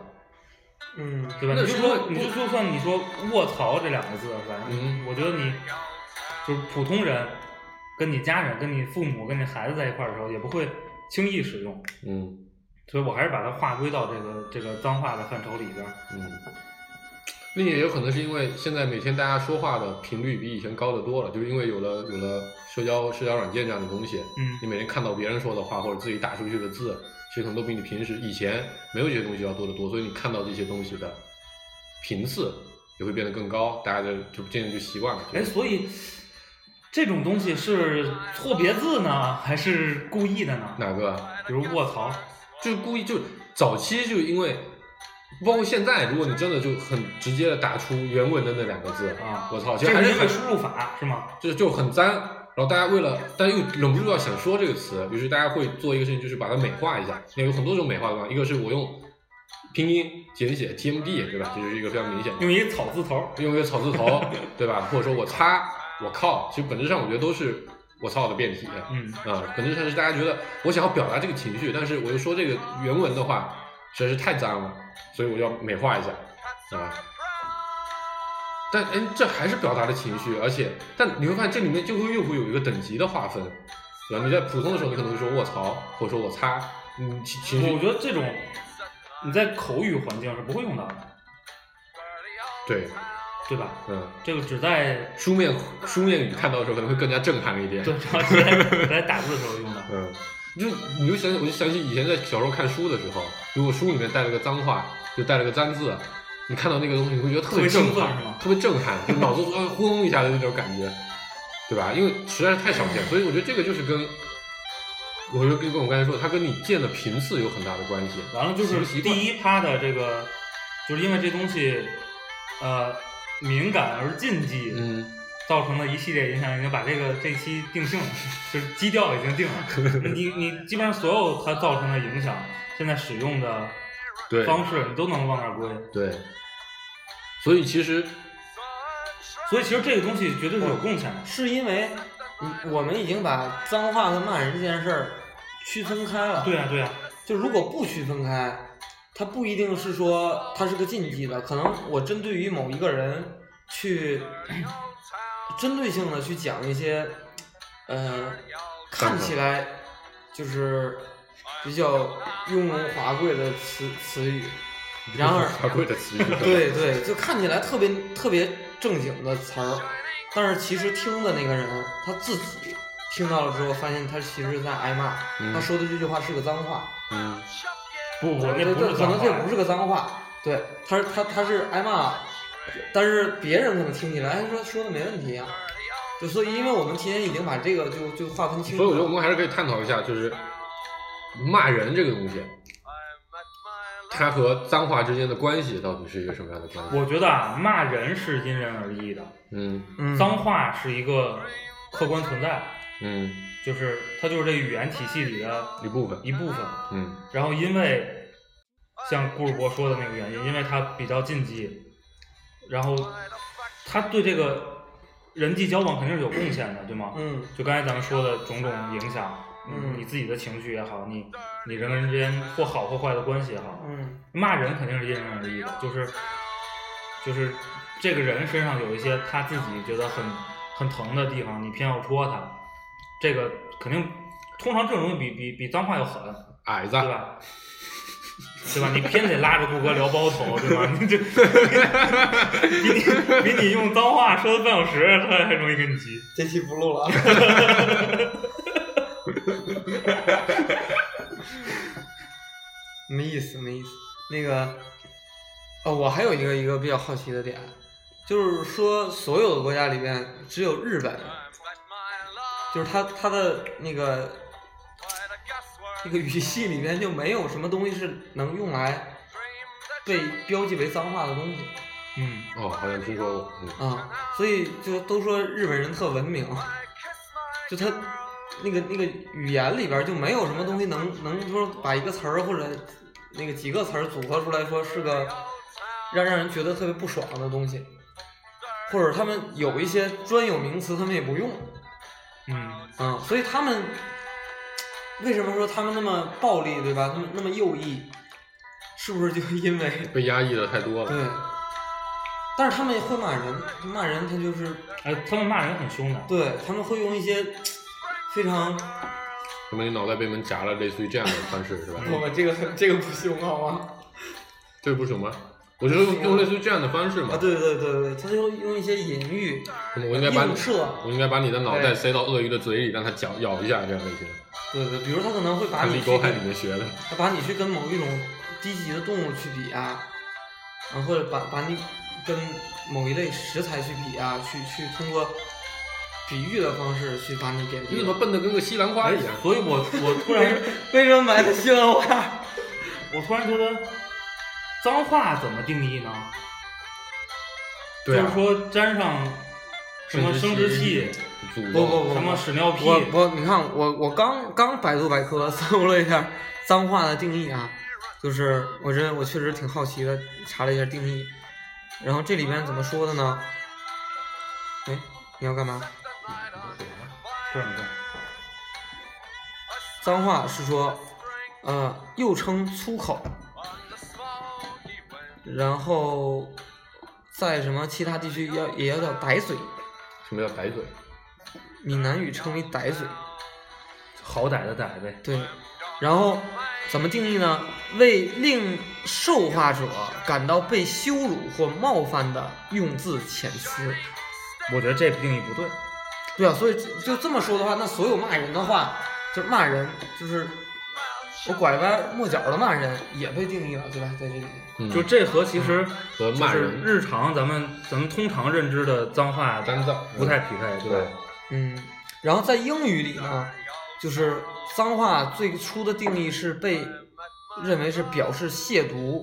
C: 嗯，
D: 对吧？
E: 那
D: 你就
E: 说
D: 说，
E: 不
D: 你就就算你说“卧槽”这两个字，反正、
E: 嗯
D: 我觉得你就是普通人，跟你家人、跟你父母、跟你孩子在一块儿的时候，也不会轻易使用，
E: 嗯
D: 所以我还是把它划归到这个这个脏话的范畴里边儿。
E: 嗯。另也有可能是因为现在每天大家说话的频率比以前高得多了，就是因为有了有了社交社交软件这样的东西，
D: 嗯
E: 你每天看到别人说的话或者自己打出去的字，其实可能都比你平时以前没有这些东西要多得多，所以你看到这些东西的频次也会变得更高，大家就就渐渐就习惯了。
D: 哎，所以这种东西是错别字呢，还是故意的呢？
E: 哪个？
D: 比如卧槽，
E: 就是故意就早期就因为，包括现在，如果你真的就很直接的打出原文的那两个字
D: 啊
E: 我操，其
D: 这
E: 实还
D: 是
E: 是
D: 因为
E: 很
D: 输入法是吗？
E: 就就很脏。然后大家为了，但又忍不住要想说这个词，于是大家会做一个事情，就是把它美化一下。有很多种美化的方法，一个是我用拼音简写 TMD，对吧？这就是一个非常明显的，
D: 用一草字头儿。
E: 用一个草字头，对吧？或者说我擦，我靠，其实本质上我觉得都是我操的变体。啊
D: 嗯
E: 啊、本质上是大家觉得我想要表达这个情绪，但是我又说这个原文的话，实在是太脏了，所以我要美化一下啊。但哎，这还是表达的情绪，而且，但你会发现这里面就会又会有一个等级的划分，对吧？你在普通的时候，你可能会说卧槽，或者说我擦，嗯，情情
D: 我
E: 绪
D: 觉得这种你在口语环境是不会用到的，
E: 对，
D: 对吧？
E: 嗯，
D: 这个只在
E: 书面书面语看到的时候可能会更加震撼一点，
D: 对，然后只在只在打字的时候用的。
E: 嗯，就你就想，我就想起以前在小时候看书的时候，如果书里面带了个脏话，就带了个脏字，你看到那个东西，你会觉得特别震
D: 特别兴奋
E: 撼
D: 是吗，
E: 特别震撼，就脑子啊轰隆一下的那种感觉，对吧？因为实在是太少见，所以我觉得这个就是跟，我觉得跟跟我刚才说的，它跟你见的频次有很大的关系。
D: 完了就
E: 习不
D: 是
E: 习惯
D: 第一趴的这个，就是因为这东西，呃，敏感而禁忌，
E: 嗯，
D: 造成的一系列影响，已经把这个这期定性了， 就是基调已经 定了。你你基本上所有它造成的影响，现在使用的
E: 对
D: 方式你都能往那儿归。
E: 对，所以其实
D: 所以其实这个东西绝对是有贡献的。
C: 是因为嗯我我们已经把脏话和骂人这件事儿区分开了。
D: 对呀、啊对呀、
C: 就如果不区分开，它不一定是说它是个禁忌的，可能我针对于某一个人去针对性的去讲一些，呃，看起来就是比较雍容华贵的词词语，然而
E: 法规的词语，
C: 对对，就看起来特别特别正经的词儿，但是其实听的那个人他自己听到了之后，发现他其实在挨骂，
E: 嗯
C: 他说的这句话是个脏话。
E: 嗯，
D: 不不，那
C: 对
D: 不
C: 对，
D: 是
C: 可
D: 脏
C: 能这不
D: 话。
C: 是个脏话，对，他是他他是挨骂，但是别人可能听起来哎说说的没问题啊，就所以因为我们提前已经把这个就就划分清
E: 所以
C: 楚
E: 我觉得我
C: 了，
E: 们还是可以探讨一下，就是骂人这个东西，它和脏话之间的关系到底是一个什么样的关系？
D: 我觉得啊，骂人是因人而异的，
E: 嗯
C: 嗯
D: 脏话是一个客观存在，
E: 嗯，
D: 就是它就是这语言体系里的
E: 一部分，
D: 一部分。
E: 嗯
D: 然后因为像顾世博说的那个原因，因为他比较禁忌，然后他对这个人际交往肯定是有贡献的，对吗？
C: 嗯
D: 就刚才咱们说的种种影响，
C: 嗯
D: 你自己的情绪也好，你你人跟人之间或好或坏的关系也好，
C: 嗯
D: 骂人肯定是因人而异的，就是就是这个人身上有一些他自己觉得很很疼的地方，你偏要戳他，这个肯定通常这种东西比比比脏话要狠，
E: 矮子，
D: 对吧？ 对吧？你偏得拉着顾哥聊包头，对吧？你这比 你比你用脏话说了半小时，他还容易跟你急。
C: 这期不录了， 没意思没意思，那个哦，我还有一个一个比较好奇的点，就是说所有的国家里边只有日本，就是它它的那个这个语系里面就没有什么东西是能用来被标记为脏话的东西
D: 嗯，
E: 哦，好像听说过，嗯，
C: 啊，所以就都说日本人特文明，就他那个那个语言里边就没有什么东西能能说把一个词儿或者那个几个词儿组合出来说是个让让人觉得特别不爽的东西，或者他们有一些专有名词他们也不用，
D: 嗯，
C: 嗯，所以他们为什么说他们那么暴力，对吧？他们那么右翼，是不是就因为
E: 被压抑的太多了，
C: 对？但是他们会骂人，骂人他就是
D: 哎，他们骂人很凶的，
C: 对他们会用一些非常
E: 说明你脑袋被门夹了，类似于这样的方式是吧？
C: 我这个这个不凶好吗？
E: 这不是什么？我觉得用用类似于这样的方式嘛，
C: 啊，对对对对，他就用一些隐喻、
E: 那么我应该把你
C: 映，射，
E: 我应该把你的脑袋
C: 嗯对
E: 塞到鳄鱼的嘴里，让它嚼咬一下，这样类型，
C: 对对，比如他可能会把
E: 看《
C: 你
E: 立
C: 去
E: 沟海》里面学的，
C: 他把你去跟某一种低级的动物去比啊，啊，或者把把你跟某一类食材去比啊，去去通过比喻的方式去把你贬
E: 你
C: 低
E: 怎。么笨的跟个西兰花一样？
D: 所以我我突然
C: 为什么买的西兰花？
D: 我突然觉得脏话怎么定义呢？
E: 对
D: 就是
E: 啊，
D: 说沾上什么生殖器，
E: 诅咒，
C: 不不不
D: 什么屎尿屁，
C: 我我你看我我刚刚百度百科搜了一下脏话的定义啊，就是我真我确实挺好奇的，查了一下定义，然后这里边怎么说的呢？哎，你要干嘛？
D: 不是不是
C: 脏话是说，呃，又称粗口，然后在什么其他地区要也要叫傣嘴，
E: 什么叫白嘴？
C: 闽南语称为傣嘴。
D: 好歹的歹呗。
C: 对，然后怎么定义呢？为令受话者感到被羞辱或冒犯的用字遣词。
D: 我觉得这定义不对。
C: 对啊，所以就就这么说的话，那所有骂人的话，就是骂人，就是我拐弯抹角的骂人也被定义了，对吧？在这里，
E: 嗯
D: 就这和其实
E: 和
D: 就
E: 骂
D: 是
E: 人
D: 日常咱们咱们通常认知的脏话
E: 干燥，
D: 不太匹配，对
E: 对
D: 吧？
C: 嗯，然后在英语里呢，就是脏话最初的定义是被认为是表示亵渎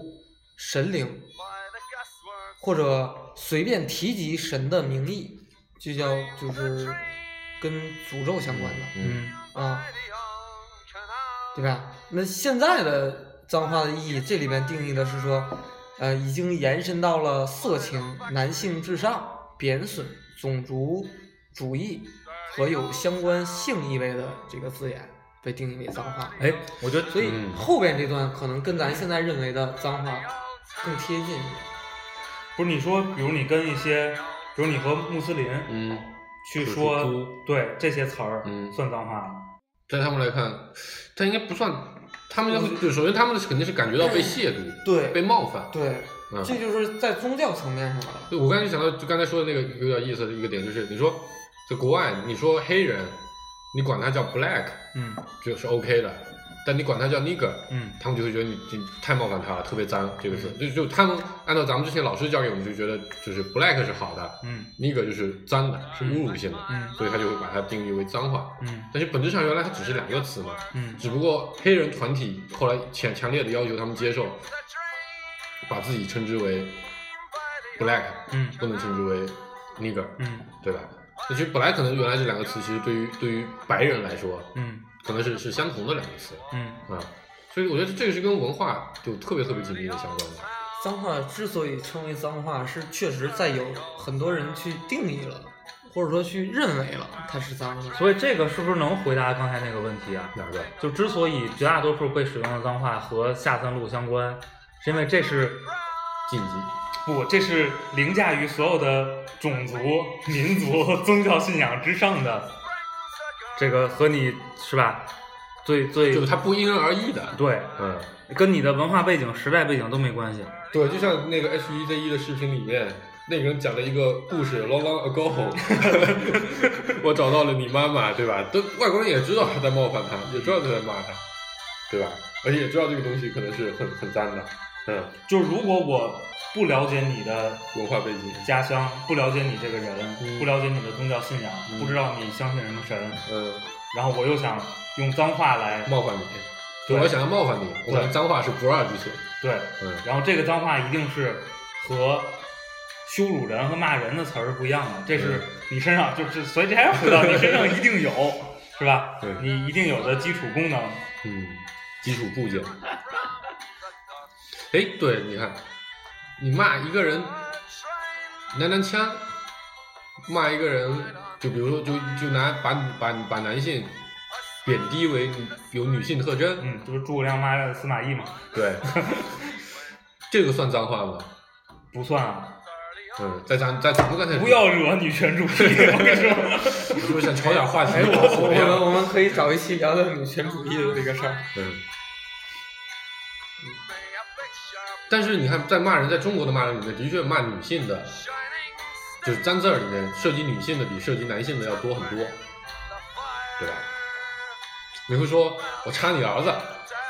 C: 神灵，或者随便提及神的名义，就叫就是跟诅咒相关的
E: 嗯，
D: 嗯，
C: 啊，对吧？那现在的脏话的意义，这里面定义的是说，呃，已经延伸到了色情、男性至上、贬损、种族主义和有相关性意味的这个字眼被定义为脏话。
D: 哎，我觉得
C: 所以
E: 嗯
C: 后边这段可能跟咱现在认为的脏话更贴近一点。
D: 不是你说，比如你跟一些，比如你和穆斯林
E: 嗯，
D: 去
E: 是
D: 说
E: 猪，
D: 对这些词儿
E: 嗯
D: 算脏话吗？
E: 在他们来看，他应该不算，他们要就首先他们肯定是感觉到被亵渎，
C: 嗯对
E: 被冒犯，
C: 对，
E: 嗯
C: 这就是在宗教层面上的。
E: 对，我刚才就想到，就刚才说的那个有点意思的一个点，就是你说在国外，你说黑人，你管他叫 black
D: 嗯
E: 就是 OK 的，但你管他叫 nigger，
D: 嗯
E: 他们就会觉得你你太冒犯他了，特别脏这个字，就就他们按照咱们之前老师教给我们，就觉得就是 black 是好的
D: 嗯
E: ，nigger 就是脏的，是侮辱性的，
D: 嗯
E: 所以他就会把它定义为脏话。
D: 嗯
E: 但是本质上原来它只是两个词嘛，
D: 嗯
E: 只不过黑人团体后来强强烈的要求他们接受，把自己称之为 black，
D: 嗯
E: 不能称之为 nigger，
D: 嗯
E: 对吧？那其实本来可能原来这两个词，其实对于对于白人来说，
D: 嗯
E: 可能是是相同的两个词
D: 嗯，
E: 啊。所以我觉得这个是跟文化就特别特别紧密的相关的。
C: 脏话之所以称为脏话，是确实在有很多人去定义了，或者说去认为了它是脏话。
D: 所以这个是不是能回答刚才那个问题啊？
E: 哪个？
D: 就之所以绝大多数被使用的脏话和下三路相关，是因为这是
E: 禁忌？
D: 不，这是凌驾于所有的种族、民族和宗教信仰之上的，这个和你是吧？最最
E: 就是它不因人而异的。
D: 对，
E: 嗯，
D: 跟你的文化背景、时代背景都没关系。
E: 对，就像那个 H 一 Z E 一的视频里面，那个人讲了一个故事，long long ago，我找到了你妈妈，对吧？都外国人也知道他在冒犯他，也知道他在骂他，对吧？而且也知道这个东西可能是很很脏的，嗯，
D: 就如果我不了解你的
E: 文化背景，
D: 家乡，不了解你这个人，
E: 嗯
D: 不了解你的宗教信仰，
E: 嗯
D: 不知道你相信什么神，
E: 嗯，
D: 然后我又想用脏话来
E: 冒犯你，
D: 对
E: 我要想要冒犯你，我可能脏话是不二之选，
D: 对，
E: 嗯
D: 然后这个脏话一定是和羞辱人和骂人的词儿是不一样的，这是你身上就是，所以这还是回到你身上一定有，是吧
E: 对？
D: 你一定有的基础功能。
E: 嗯，基础部件。哎，对，你看，你骂一个人娘娘腔，骂一个人，就比如说，就就拿把把把男性贬低为女有女性特征，
D: 嗯，就是诸葛亮骂司马懿嘛，
E: 对，这个算脏话吗？
D: 不算啊，
E: 嗯，在咱在咱们刚才
D: 不要惹女权主义。我跟你说，
E: 你是不是想炒点话题？
C: 哎， 我我
E: 怎么样
C: 们我们可以找一期聊聊女权主义的这个事儿。
E: 嗯。但是你看，在骂人，在中国的骂人里面，的确骂女性的，就是脏字儿里面涉及女性的比涉及男性的要多很多，对吧？你会说我插你儿子，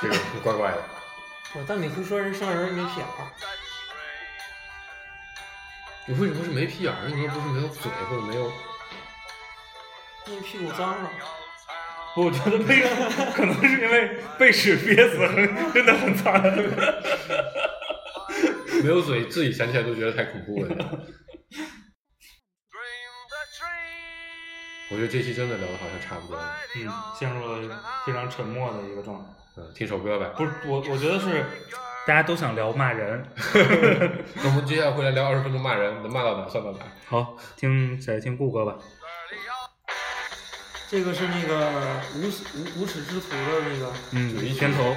E: 这个怪怪的。
C: 不，但你会说人生人没屁眼儿，
E: 你为什么是没屁眼儿？你为什么不是没有嘴或者没有？
C: 因为屁股脏了。
D: 我觉得被可能是因为被屎憋死，很真的很惨。
E: 没有嘴，自己想起来都觉得太恐怖 了。我觉得这期真的聊的好像差不多了，
D: 嗯，陷入了非常沉默的一个状态。
E: 嗯，听首歌吧。
D: 不是我，我觉得是 大家都想聊骂人。
E: 那我们接下来回来聊二十分钟骂人，能骂到哪儿算到哪儿。
D: 好，听再听顾哥吧。
C: 这个是那
H: 呃
C: 个无无无耻之徒的那
D: 嗯
C: 个。
D: 嗯，片头。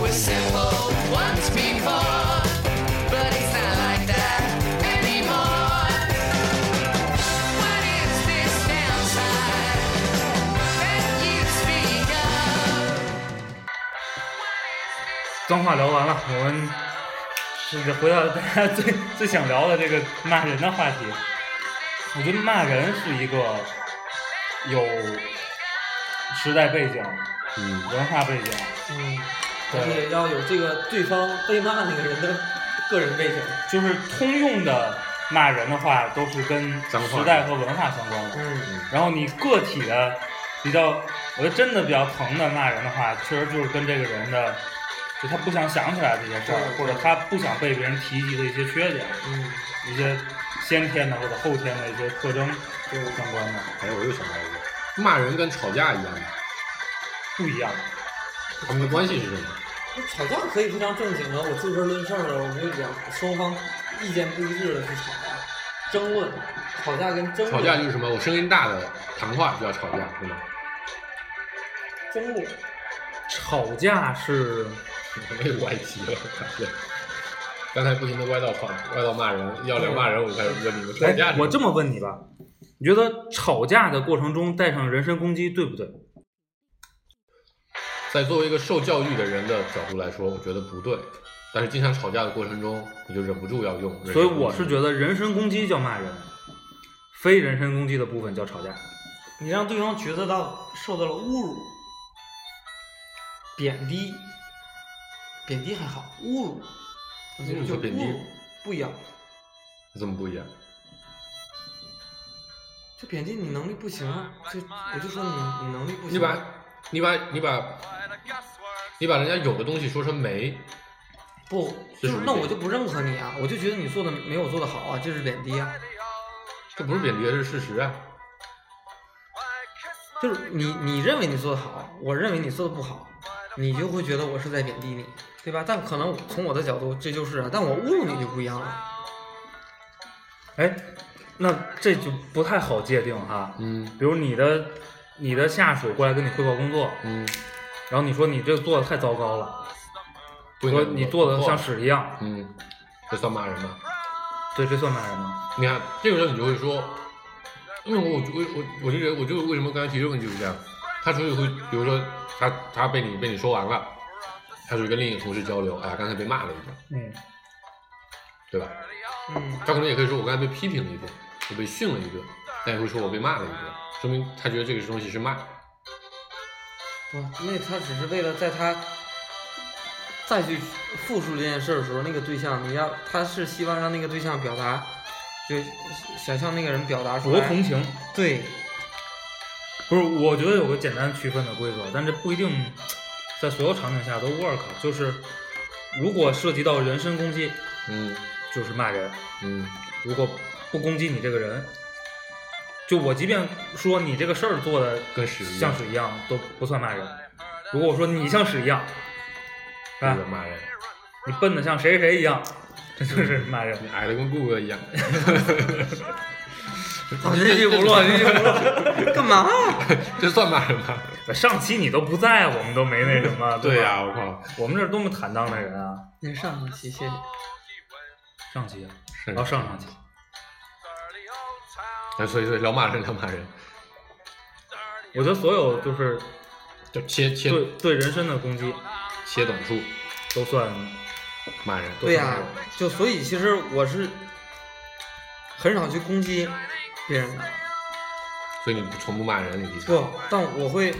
F: was simple once before, but it's not like that anymore. What is this downside that you speak of?
D: 脏话聊完了，我们是回到大家最最想聊的这个骂人的话题。我觉得骂人是一个有时代背景、
E: 嗯，
D: 文化背景，
H: 嗯，
D: 对
H: 而且要有这个对方被骂那个人的个人背景。
D: 就是通用的骂人的话都是跟
E: 脏话
D: 时代和文化相关的。
H: 嗯
D: 然后你个体的比较，我觉得真的比较疼的骂人的话，确实就是跟这个人的，就他不想想起来这些事儿，
H: 对
D: 或者他不想被别人提及的一些缺点，
H: 嗯，
D: 一些先天的或者后天的一些特征
H: 对
D: 相关的
E: 哎，我又想到一个，骂人跟吵架一样吗，
D: 不一样。
E: 他们的关系是什么？
H: 吵架可以非常正经的，我就事论事儿的，我们就两双方意见不一致的去吵，争论，吵架跟争论，
E: 吵架就是什么？我声音大的谈话就叫吵架，对吗？
H: 争论，
D: 吵架是
E: 又歪题了，对。刚才不停的歪到吵，歪到骂人，要聊骂人，我就开始问你们吵架
D: 哎
E: 是，
D: 我
E: 什
D: 这
E: 么
D: 么问你吧，你觉得吵架的过程中带上人身攻击对不对？
E: 在作为一个受教育的人的角度来说，我觉得不对。但是经常吵架的过程中，你就忍不住要用。
D: 所以我是觉得人身攻击叫骂人，非人身攻击的部分叫吵架。
C: 你让对方觉得到受到了侮辱、贬低，贬低还好，侮辱，我觉得
E: 你
C: 就
E: 说嗯贬低
C: 侮辱不一样，
E: 得怎么不一样？
C: 就贬低你能力不行啊，就我就说你你能力不行，
E: 你把，你把，你把，你把人家有的东西说成没，
C: 不
E: 这
C: 就是是
E: 不
C: 那
E: 对
C: 我就不认可你啊，我就觉得你做的没有做的好啊，这是贬低啊，
E: 这不是贬低，这是事实啊。
C: 就是你你认为你做的好，我认为你做的不好，你就会觉得我是在贬低你，对吧？但可能我从我的角度这就是啊，但我侮辱你就不一样了，
D: 哎，那这就不太好界定哈。
E: 嗯
D: 比如你的你的下属过来跟你汇报工作，
E: 嗯，
D: 然后你说你这个做的太糟糕了，
E: 不应该
D: 说你做的像屎一样，
E: 嗯，这算骂人吗？
D: 对，这算骂人吗？
E: 你看，这个时候你就会说，因为我我我我就觉得，我就为什么刚才提这个问题就是这样，他出去会，比如说他他被你被你说完了，他就跟另一个同事交流，哎呀，刚才被骂了一顿，
D: 嗯，
E: 对吧？
C: 嗯。
E: 他可能也可以说我刚才被批评了一顿，我被训了一顿，但也会说我被骂了一顿，说明他觉得这个东西是骂。
C: 不，那他只是为了在他再去复述这件事儿的时候，那个对象，你要他是希望让那个对象表达，就想向那个人表达出
D: 我
C: 来。
D: 同情。
C: 对，
D: 不是，我觉得有个简单区分的规则，但这不一定在所有场景下都 work。就是如果涉及到人身攻击，
E: 嗯
D: 就是骂人；
E: 嗯
D: 如果不攻击你这个人，就我即便说你这个事儿做的
E: 跟屎一样
D: 像屎一样，都不算骂人。如果我说你像屎一样，
E: 这
D: 啊
E: 是，骂人，
D: 你笨的像谁谁一 样，这就是骂人。
E: 你矮的跟顾哥一样。
C: 我啊这句不落，这句不 落，干嘛？啊
E: 这算骂人吗？
D: 上期你都不在，我们都没那什么。
E: 对
D: 吧
E: 呀、我靠！
D: 我们这儿多么坦荡的人啊！
C: 那上一期谢谢。
D: 上期啊，
E: 是
D: 然后上上期，
E: 哎所以所以聊骂人聊骂人，
D: 我觉得所有就是
E: 就切切
D: 对对人身的攻击
E: 切短处
D: 都算
E: 骂人。
C: 对呀、就所以其实我是很少去攻击别人的，
E: 所以你不从不骂人，你的意思？
C: 不，但我会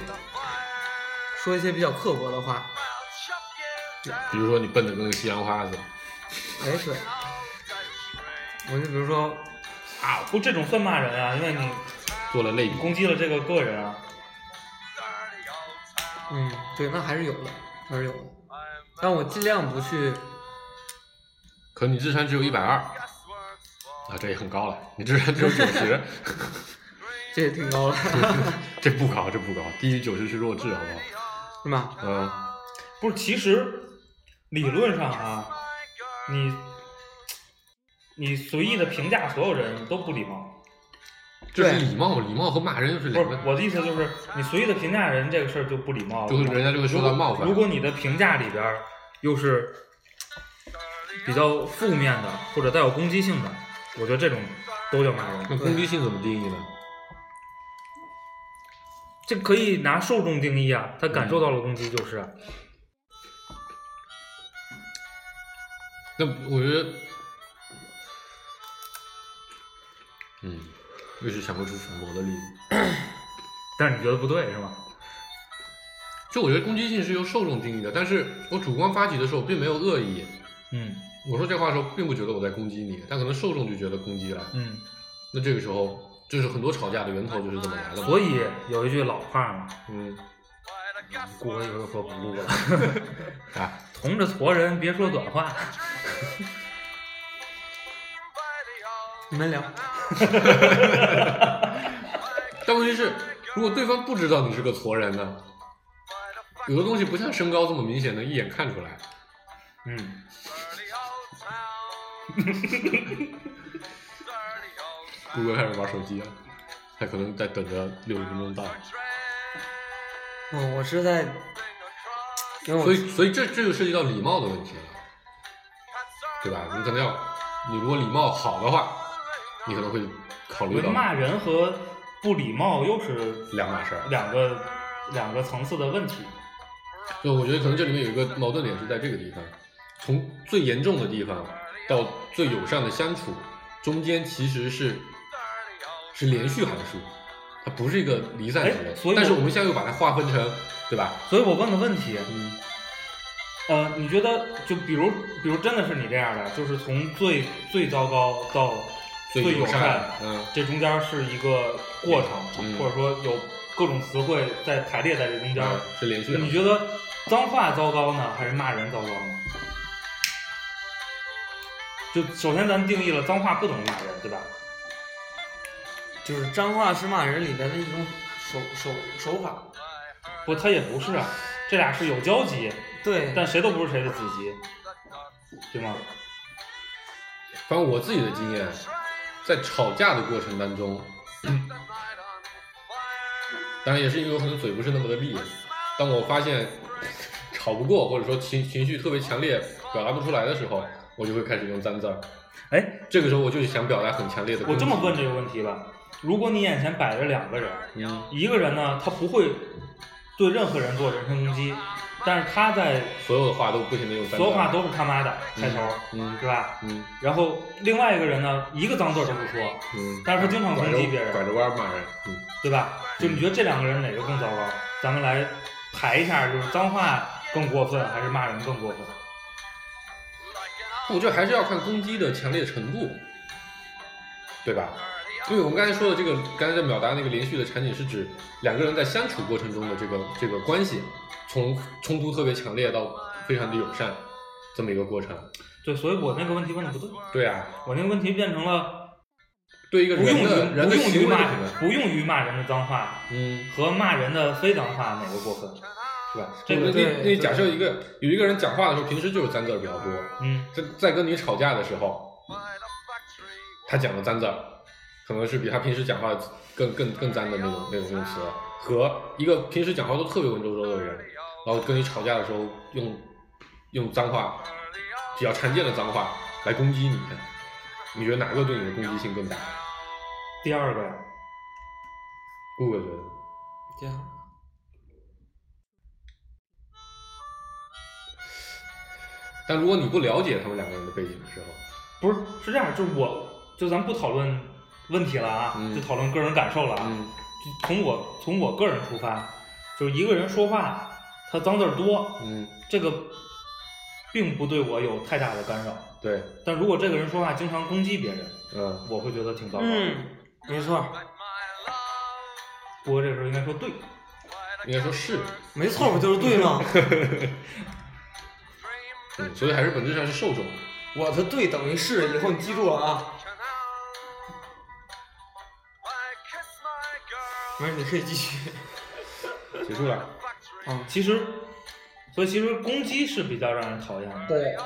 C: 说一些比较刻薄的话。
E: 比如说你笨的跟个西洋花子，
C: 哎，对，我就比如说
D: 啊，不这种算骂人啊，因为你
E: 做了类比，
D: 攻击了这个个人啊。
C: 嗯，对，那还是有的，还是有的。但我尽量不去，
E: 可你智商只有一百二，啊，这也很高了。你智商只有九 十，
C: 这也挺 高了，
E: 这不高，这不高，低于九十是弱智，好不好？
C: 是吗？
E: 嗯，
D: 不是，其实理论上啊，你你随意的评价所有人都不礼貌。
E: 这是
C: 对
E: 礼貌，礼貌和骂人又是
D: 不
E: 两
D: 是
E: 个。
D: 我的意思，就是你随意的评价人这个事儿就不礼貌，
E: 就会人家就会受到冒犯
D: 如果。如果你的评价里边儿又是比较负面的或者带有攻击性的，我觉得这种都叫骂人。
E: 那攻击性怎么定义呢？
D: 这可以拿受众定义啊，他感受到了攻击就是啊。
E: 那我觉得，嗯，我一时想不出反驳的例子。
D: 但是你觉得不对是吗？
E: 就我觉得攻击性是由受众定义的，但是我主观发起的时候并没有恶意，
D: 嗯
E: 我说这话的时候并不觉得我在攻击你，但可能受众就觉得攻击了。
D: 嗯，
E: 那这个时候就是很多吵架的源头就是这么来的嘛。
D: 所以有一句老话嘛，
E: 嗯
D: 过一会儿说不录了，
E: 啊，
D: 同着矬人别说短话。
I: 你们聊，
E: 但问题是，如果对方不知道你是个矬人呢？有的东西不像身高这么明显，能一眼看出来。
D: 嗯，
E: 谷歌开始玩手机了，啊他可能在等着六十分钟到。
I: 嗯，我是在，因为我
E: 所以，所以这这就涉及到礼貌的问题了，对吧？你可能要，你如果礼貌好的话，你可能会
D: 我
E: 考虑
D: 觉得
E: 到
D: 骂人和不礼貌又是
E: 两码事儿。
D: 两个两个层次的问题。
E: 就我觉得可能这里面有一个矛盾点是在这个地方，从最严重的地方到最友善的相处，中间其实是是连续函数，它不是一个离散值
D: 哎。所以
E: 但是
D: 我
E: 我们现在又把它划分成，对吧？
D: 所以我问个问题，
E: 嗯
D: 呃，你觉得就比如比如真的是你这样的，就是从最最糟糕到
E: 最
D: 友
E: 友善
D: 善，
E: 嗯
D: 这中间是一个过程，
E: 嗯
D: 或者说有各种词汇在排列在这中间。
E: 嗯是连续
D: 啊你
E: 函数。
D: 觉得脏话糟糕呢，还是骂人糟糕呢？就首先咱定义了脏话不能骂人，对吧？
I: 就是脏话是骂人里边的一种手手手法，
D: 嗯不，他也不是啊，这俩是有交集，
I: 对，
D: 但谁都不是谁的子集，对吗？
E: 反正我自己的经验，在吵架的过程当中，当然也是因为我可能嘴不是那么的利，当我发现吵不过，或者说情情绪特别强烈，表达不出来的时候，我就会开始用脏字儿。
D: 哎，
E: 这个时候我就想表达很强烈的。
D: 我这么问这个问题了，如果你眼前摆着两个人，
E: 嗯，
D: 一个人呢，他不会对任何人做人身攻击，但是他在
E: 所有的话都不停的用脏字儿。
D: 所有话都是他妈的开头，
E: 嗯
D: 是吧？
E: 嗯
D: 然后另外一个人呢，一个脏字儿都不说，
E: 嗯，
D: 但是他经常攻击别人
E: 拐着拐着弯儿骂人。嗯，
D: 对吧？就你觉得这两个人哪个更糟糕？咱们来排一下，就是脏话更过分，还是骂人更过分？
E: 我觉得还是要看攻击的强烈程度，对吧？因为我们刚才说的这个，刚才在表达那个连续的场景，是指两个人在相处过程中的这个这个关系，从冲突特别强烈到非常的友善，这么一个过程。
D: 对，所以我那个问题问的不对，
E: 对啊，
D: 我那个问题变成了
E: 对一
D: 不
E: 个
D: 用
E: 人
D: 于不
E: 的人的
D: 用于
E: 行为
D: 骂
E: 什么？
D: 不用于骂人的脏话
E: 嗯，
D: 和骂人的非脏话哪个过分，是吧？这
E: 那
D: 个
E: 那
I: 对
E: 那假设一个有一个人讲话的时候，平时就是脏字儿比较多，
D: 嗯，
E: 在在跟你吵架的时候，他讲的脏字儿，可能是比他平时讲话更更更脏的那种那种用词，和一个平时讲话都特别文绉绉的人，然后跟你吵架的时候用用脏话，比较常见的脏话来攻击你，你觉得哪个对你的攻击性更大？
D: 第二个呀，
E: 顾哥觉得，
I: 这样。
E: 但如果你不了解他们两个人的背景的时候，
D: 不是是这样，就是我就咱不讨论问题了啊，
E: 嗯
D: 就讨论个人感受了啊。
E: 嗯
D: 就从我从我个人出发，就是一个人说话他脏字儿多，
E: 嗯，
D: 这个并不对我有太大的干扰。
E: 对，
D: 但如果这个人说话经常攻击别人，
E: 嗯，
D: 我会觉得挺糟糕。
I: 嗯，没错，
D: 不过这时候应该说对，
E: 应该说是，
I: 没错，不就是对吗？
E: 嗯，所以还是本质上是受众。
I: 我的对等于是，以后你记住了啊。没事，你可以继续。
E: 结束了，
D: 其实，所以其实攻击是比较让人讨厌的。
I: 对，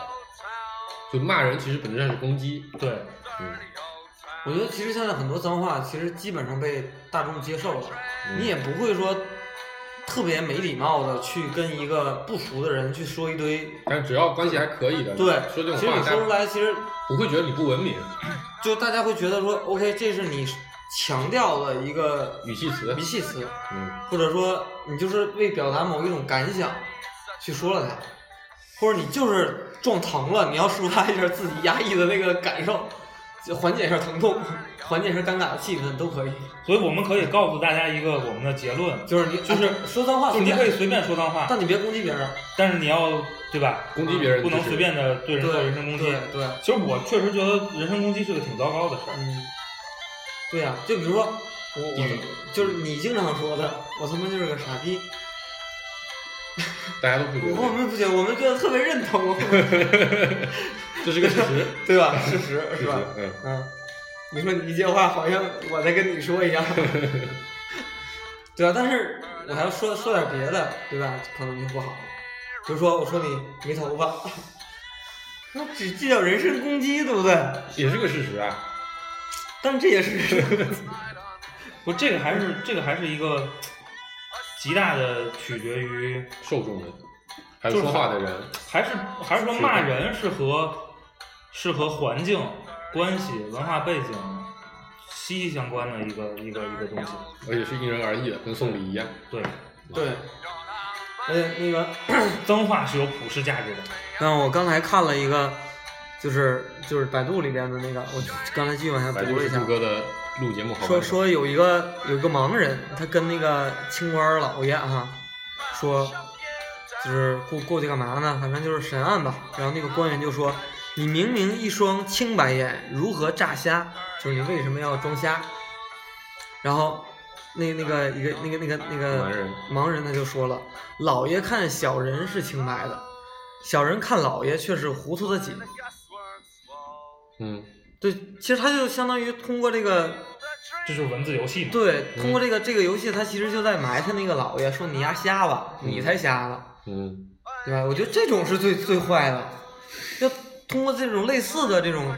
E: 就骂人其实本质上是攻击，
D: 对，
E: 嗯
I: 我觉得其实现在很多脏话其实基本上被大众接受了，
E: 嗯
I: 你也不会说
C: 特别没礼貌的去跟一个不熟的人去说一堆，
E: 但只要关系还可以的，
C: 对，
E: 嗯说这种
C: 其实
E: 话，
C: 你
E: 大
C: 说出
E: 家
C: 来，其实
E: 不会觉得你不文明，
C: 就大家会觉得说，OK，这是你强调的一个
E: 语气词
C: 语，气词，
E: 嗯，
C: 或者说你就是为表达某一种感想去说了它，或者你就是撞疼了，你要抒发一下自己压抑的那个感受，就缓解一下疼痛，缓解一下尴尬的气氛都可以。
D: 所以我们可以告诉大家一个我们的结论，
C: 就是你
D: 就是
C: 哎说脏话，
D: 就是你可以随便说脏话，
C: 但你别攻击别人。
D: 但是你要对吧？
E: 攻击别人
D: 不能
E: 就是
D: 随便的对人做人身攻击。
C: 对对，
D: 其实我确实觉得人身攻击是个挺糟糕的事儿。
C: 嗯，对呀、就比如说我
D: 嗯
C: 我就是你经常说的，我他妈就是个傻逼。
E: 大家都不觉
C: 我
E: 得，
C: 们不觉得，我们觉得特别认同，
E: 这是个事实，
C: 对吧？事实
E: 事
C: 是
E: 实
C: 吧？，
E: 嗯，
C: 嗯，你说你一句话，好像我在跟你说 一样，对吧？啊但是我还要说说点别的，对吧？可能就不好。比如说，我说你没头发， 那只这叫人身攻击，对不对？
E: 也是个事实啊。
C: 但是这也是
D: 不，这个还是这个还是一个极大的取决于，
E: 受众人，还有说话的人，
D: 还是还是说骂人是和是和环境、关系、文化背景息息相关的一个一个一个东西。
E: 而且是因人而异的，跟送礼一样。
D: 对，
C: 对。而且那个，
D: 脏话是有普世价值的。
C: 那我刚才看了一个，就是就是百度里边的那个，我刚才继续往下
E: 反正
C: 读
E: 就
C: 了一
E: 是
C: 下
E: 杜，哥的录节目好玩
C: 说说有一个有一个盲人，他跟那个清官老爷啊，说，就是过过去干嘛呢？反正就是审案吧。然后那个官员就说：“你明明一双清白眼，如何诈瞎？就是你为什么要装瞎？”然后那那个一个那个那个那个
E: 盲人
C: 盲人他就说了：“老爷看小人是清白的，小人看老爷却是糊涂的紧。”
E: 嗯，
C: 对，其实他就相当于通过这个
D: 这就是文字游戏嘛。
C: 对，通过这个、这个游戏，他其实就在埋汰那个老爷，说你丫瞎吧，你才瞎呢，
E: 嗯，
C: 对吧？我觉得这种是最最坏的，要通过这种类似的这种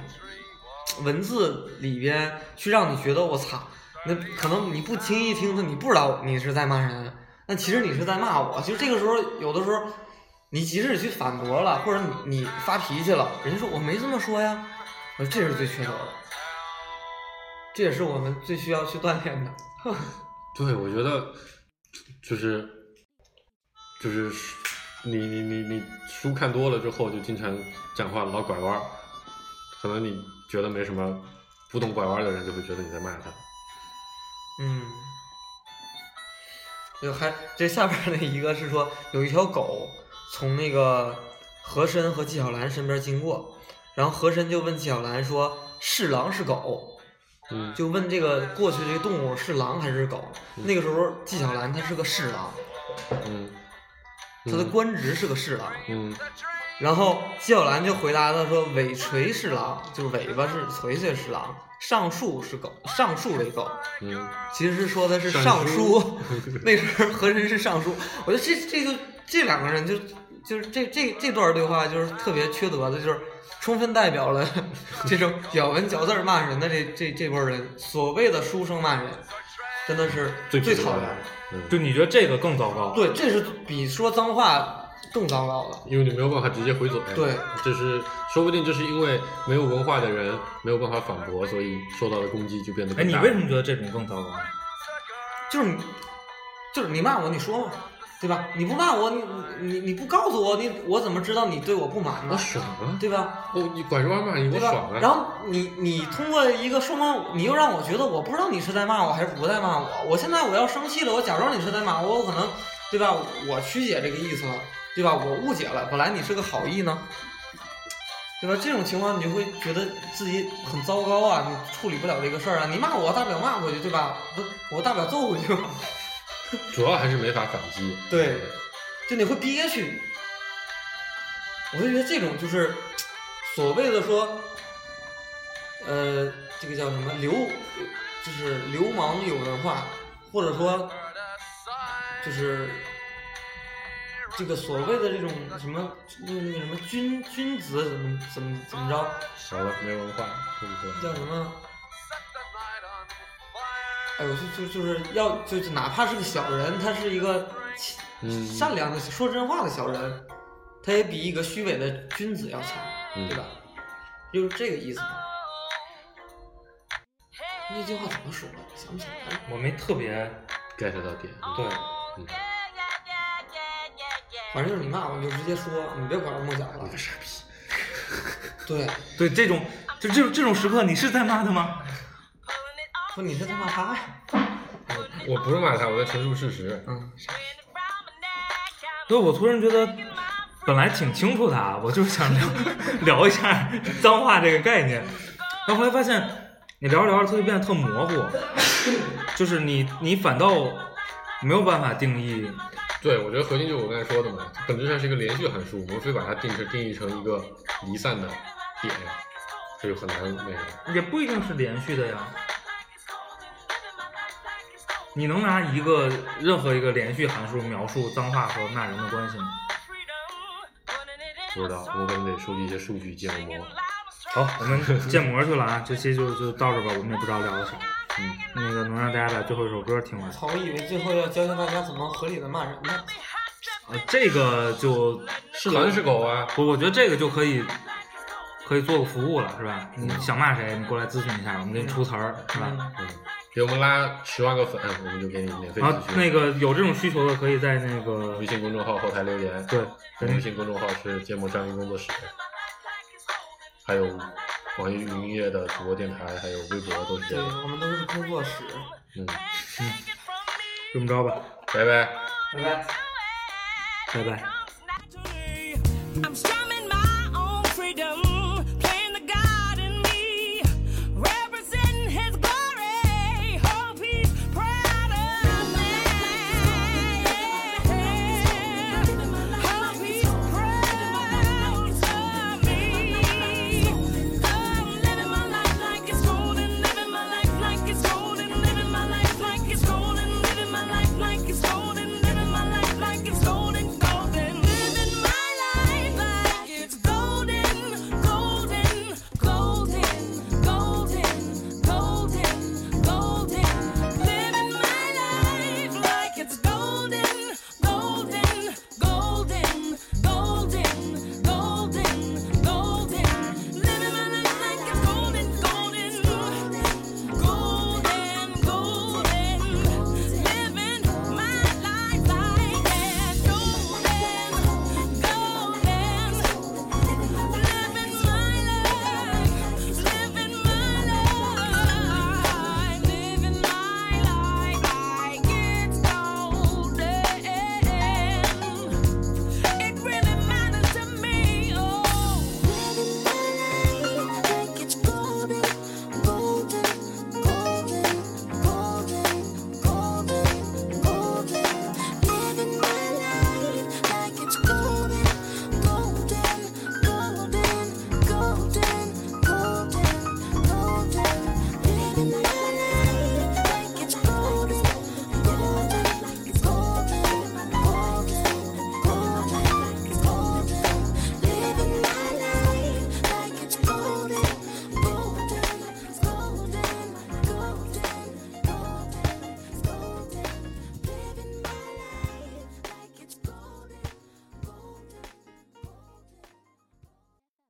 C: 文字里边去让你觉得我操，那可能你不轻易听他，你不知道你是在骂人，那其实你是在骂我。其实这个时候，有的时候你即使去反驳了，或者你你发脾气了，人家说我没这么说呀，我说这是最缺德的，这也是我们最需要去锻炼的。
E: 对，我觉得就是就是你你你你书看多了之后，就经常讲话老拐弯儿，可能你觉得没什么，不懂拐弯儿的人就会觉得你在骂他。
C: 嗯，就还这下边儿那一个是说，有一条狗从那个和珅和纪晓岚身边经过，然后和珅就问纪晓岚说：“是狼是狗？”
E: 嗯，
C: 就问这个过去这个动物是狼还是狗？那个时候纪晓岚他是个侍郎，
E: 嗯，
C: 他的官职是个侍郎。
E: 嗯
C: 然后纪晓岚就回答他说：“尾垂是狼，就是尾巴是垂垂是狼，上树是狗，上树为狗。”
E: 嗯，
C: 其实说的是
E: 尚
C: 尚
E: 书
C: 书， 那时候和珅是尚书。我觉得这这就这两个人就就是这这这段对话就是特别缺德的，就是充分代 表了这种咬文嚼字儿骂人的这这这波人，所谓的书生骂人，真的是
E: 最
C: 最
E: 直
C: 讨
E: 白
C: 厌
E: 的。嗯，
D: 就你觉得这个更糟糕？
C: 对，这是比说脏话更糟糕的。
E: 因为你没有办法直接回嘴。
C: 对，
E: 这是说不定这是因为没有文化的人没有办法反驳，所以受到的攻击就变得
D: 哎，
E: 更
D: 你
E: 大。
D: 为什么觉得这种更糟糕？
C: 就是你，就是你骂我，你说嘛，对吧？你不骂我，你你你不告诉我，你我怎么知道你对我不满
E: 我
C: 呢？
E: 爽啊！
C: 对吧？
E: 哦，你拐着弯骂你，我
C: 对
E: 爽
C: 吧
E: 啊！？
C: 然后你你通过一个双方，你又让我觉得我不知道你是在骂我还是不在骂我。我现在我要生气了，我假装你是在骂我，我可能对吧？我曲解这个意思了，对吧？我误解了，本来你是个好意呢，对吧？这种情况你就会觉得自己很糟糕啊，你处理不了这个事儿啊。你骂我，大不了骂回去，对吧？不，我大不了揍回去嘛。
E: 主要还是没法反击。
C: 对，就你会憋屈。我就觉得这种就是所谓的说，呃，这个叫什么流，就是流氓有文化，或者说就是这个所谓的这种什么那个那个什么君君子怎么怎么怎么着，
E: 好了，没文化，对不对？
C: 叫什么？哎，我就就就是要就是哪怕是个小人，他是一个
E: 嗯
C: 善良的、说真话的小人，他也比一个虚伪的君子要强，
E: 嗯
C: 对吧？就是这个意思嘛。那句话怎么说来着？想不起来了。
D: 我没特别
E: get 到点，
D: 对，
E: 嗯，
C: 反正就是你骂我，你就直接说，你别拐弯抹角了
E: 你。个傻逼，
C: 对，
D: 对这种就这种这种时刻，你是在骂他吗？
C: 说你是他妈他呀。
E: 我不是骂他，我在陈述事实，
C: 嗯，
D: 对，我突然觉得本来挺清楚他，我就是想聊 聊一下脏话这个概念，然后后来发现你聊着聊着，它就变得特模糊， 就是你你反倒没有办法定义，
E: 对我觉得核心就是我刚才说的嘛，本质上是一个连续函数，我们非把它定成定义成一个离散的点，这就很难那个。
D: 也不一定是连续的呀。你能拿一个任何一个连续函数描述脏话和骂人的关系吗？
E: 不知道，我可能得收集一些数据建模。
D: 好，我们建模去了啊，这期就就到这吧，我们也不知道聊的啥。嗯，那个能让大家把最后一首歌听完。
C: 操！我以为最后要教教大家怎么合理的骂人呢。
D: 呃，这个就是
E: 狼是狗啊，
D: 我我觉得这个就可以可以做个服务了，是吧？你想骂谁，你过来咨询一下，我们给你出词儿，是吧？
E: 嗯，给我们拉十万个粉，我们就给你免费
D: 然后
E: 咨询。
D: 那个有这种需求的，可以在那个
E: 微信公众号后台留言，
D: 对，
E: 我们微信公众号是芥末章鱼工作室，还有网易云音乐的主播电台，还有微博都是这
C: 对，
E: 样。
C: 我们都是工作室。
E: 嗯，
D: 这么着吧，
E: 拜拜。
C: 拜拜。
D: 拜拜。
G: I'm strong.
F: Oh,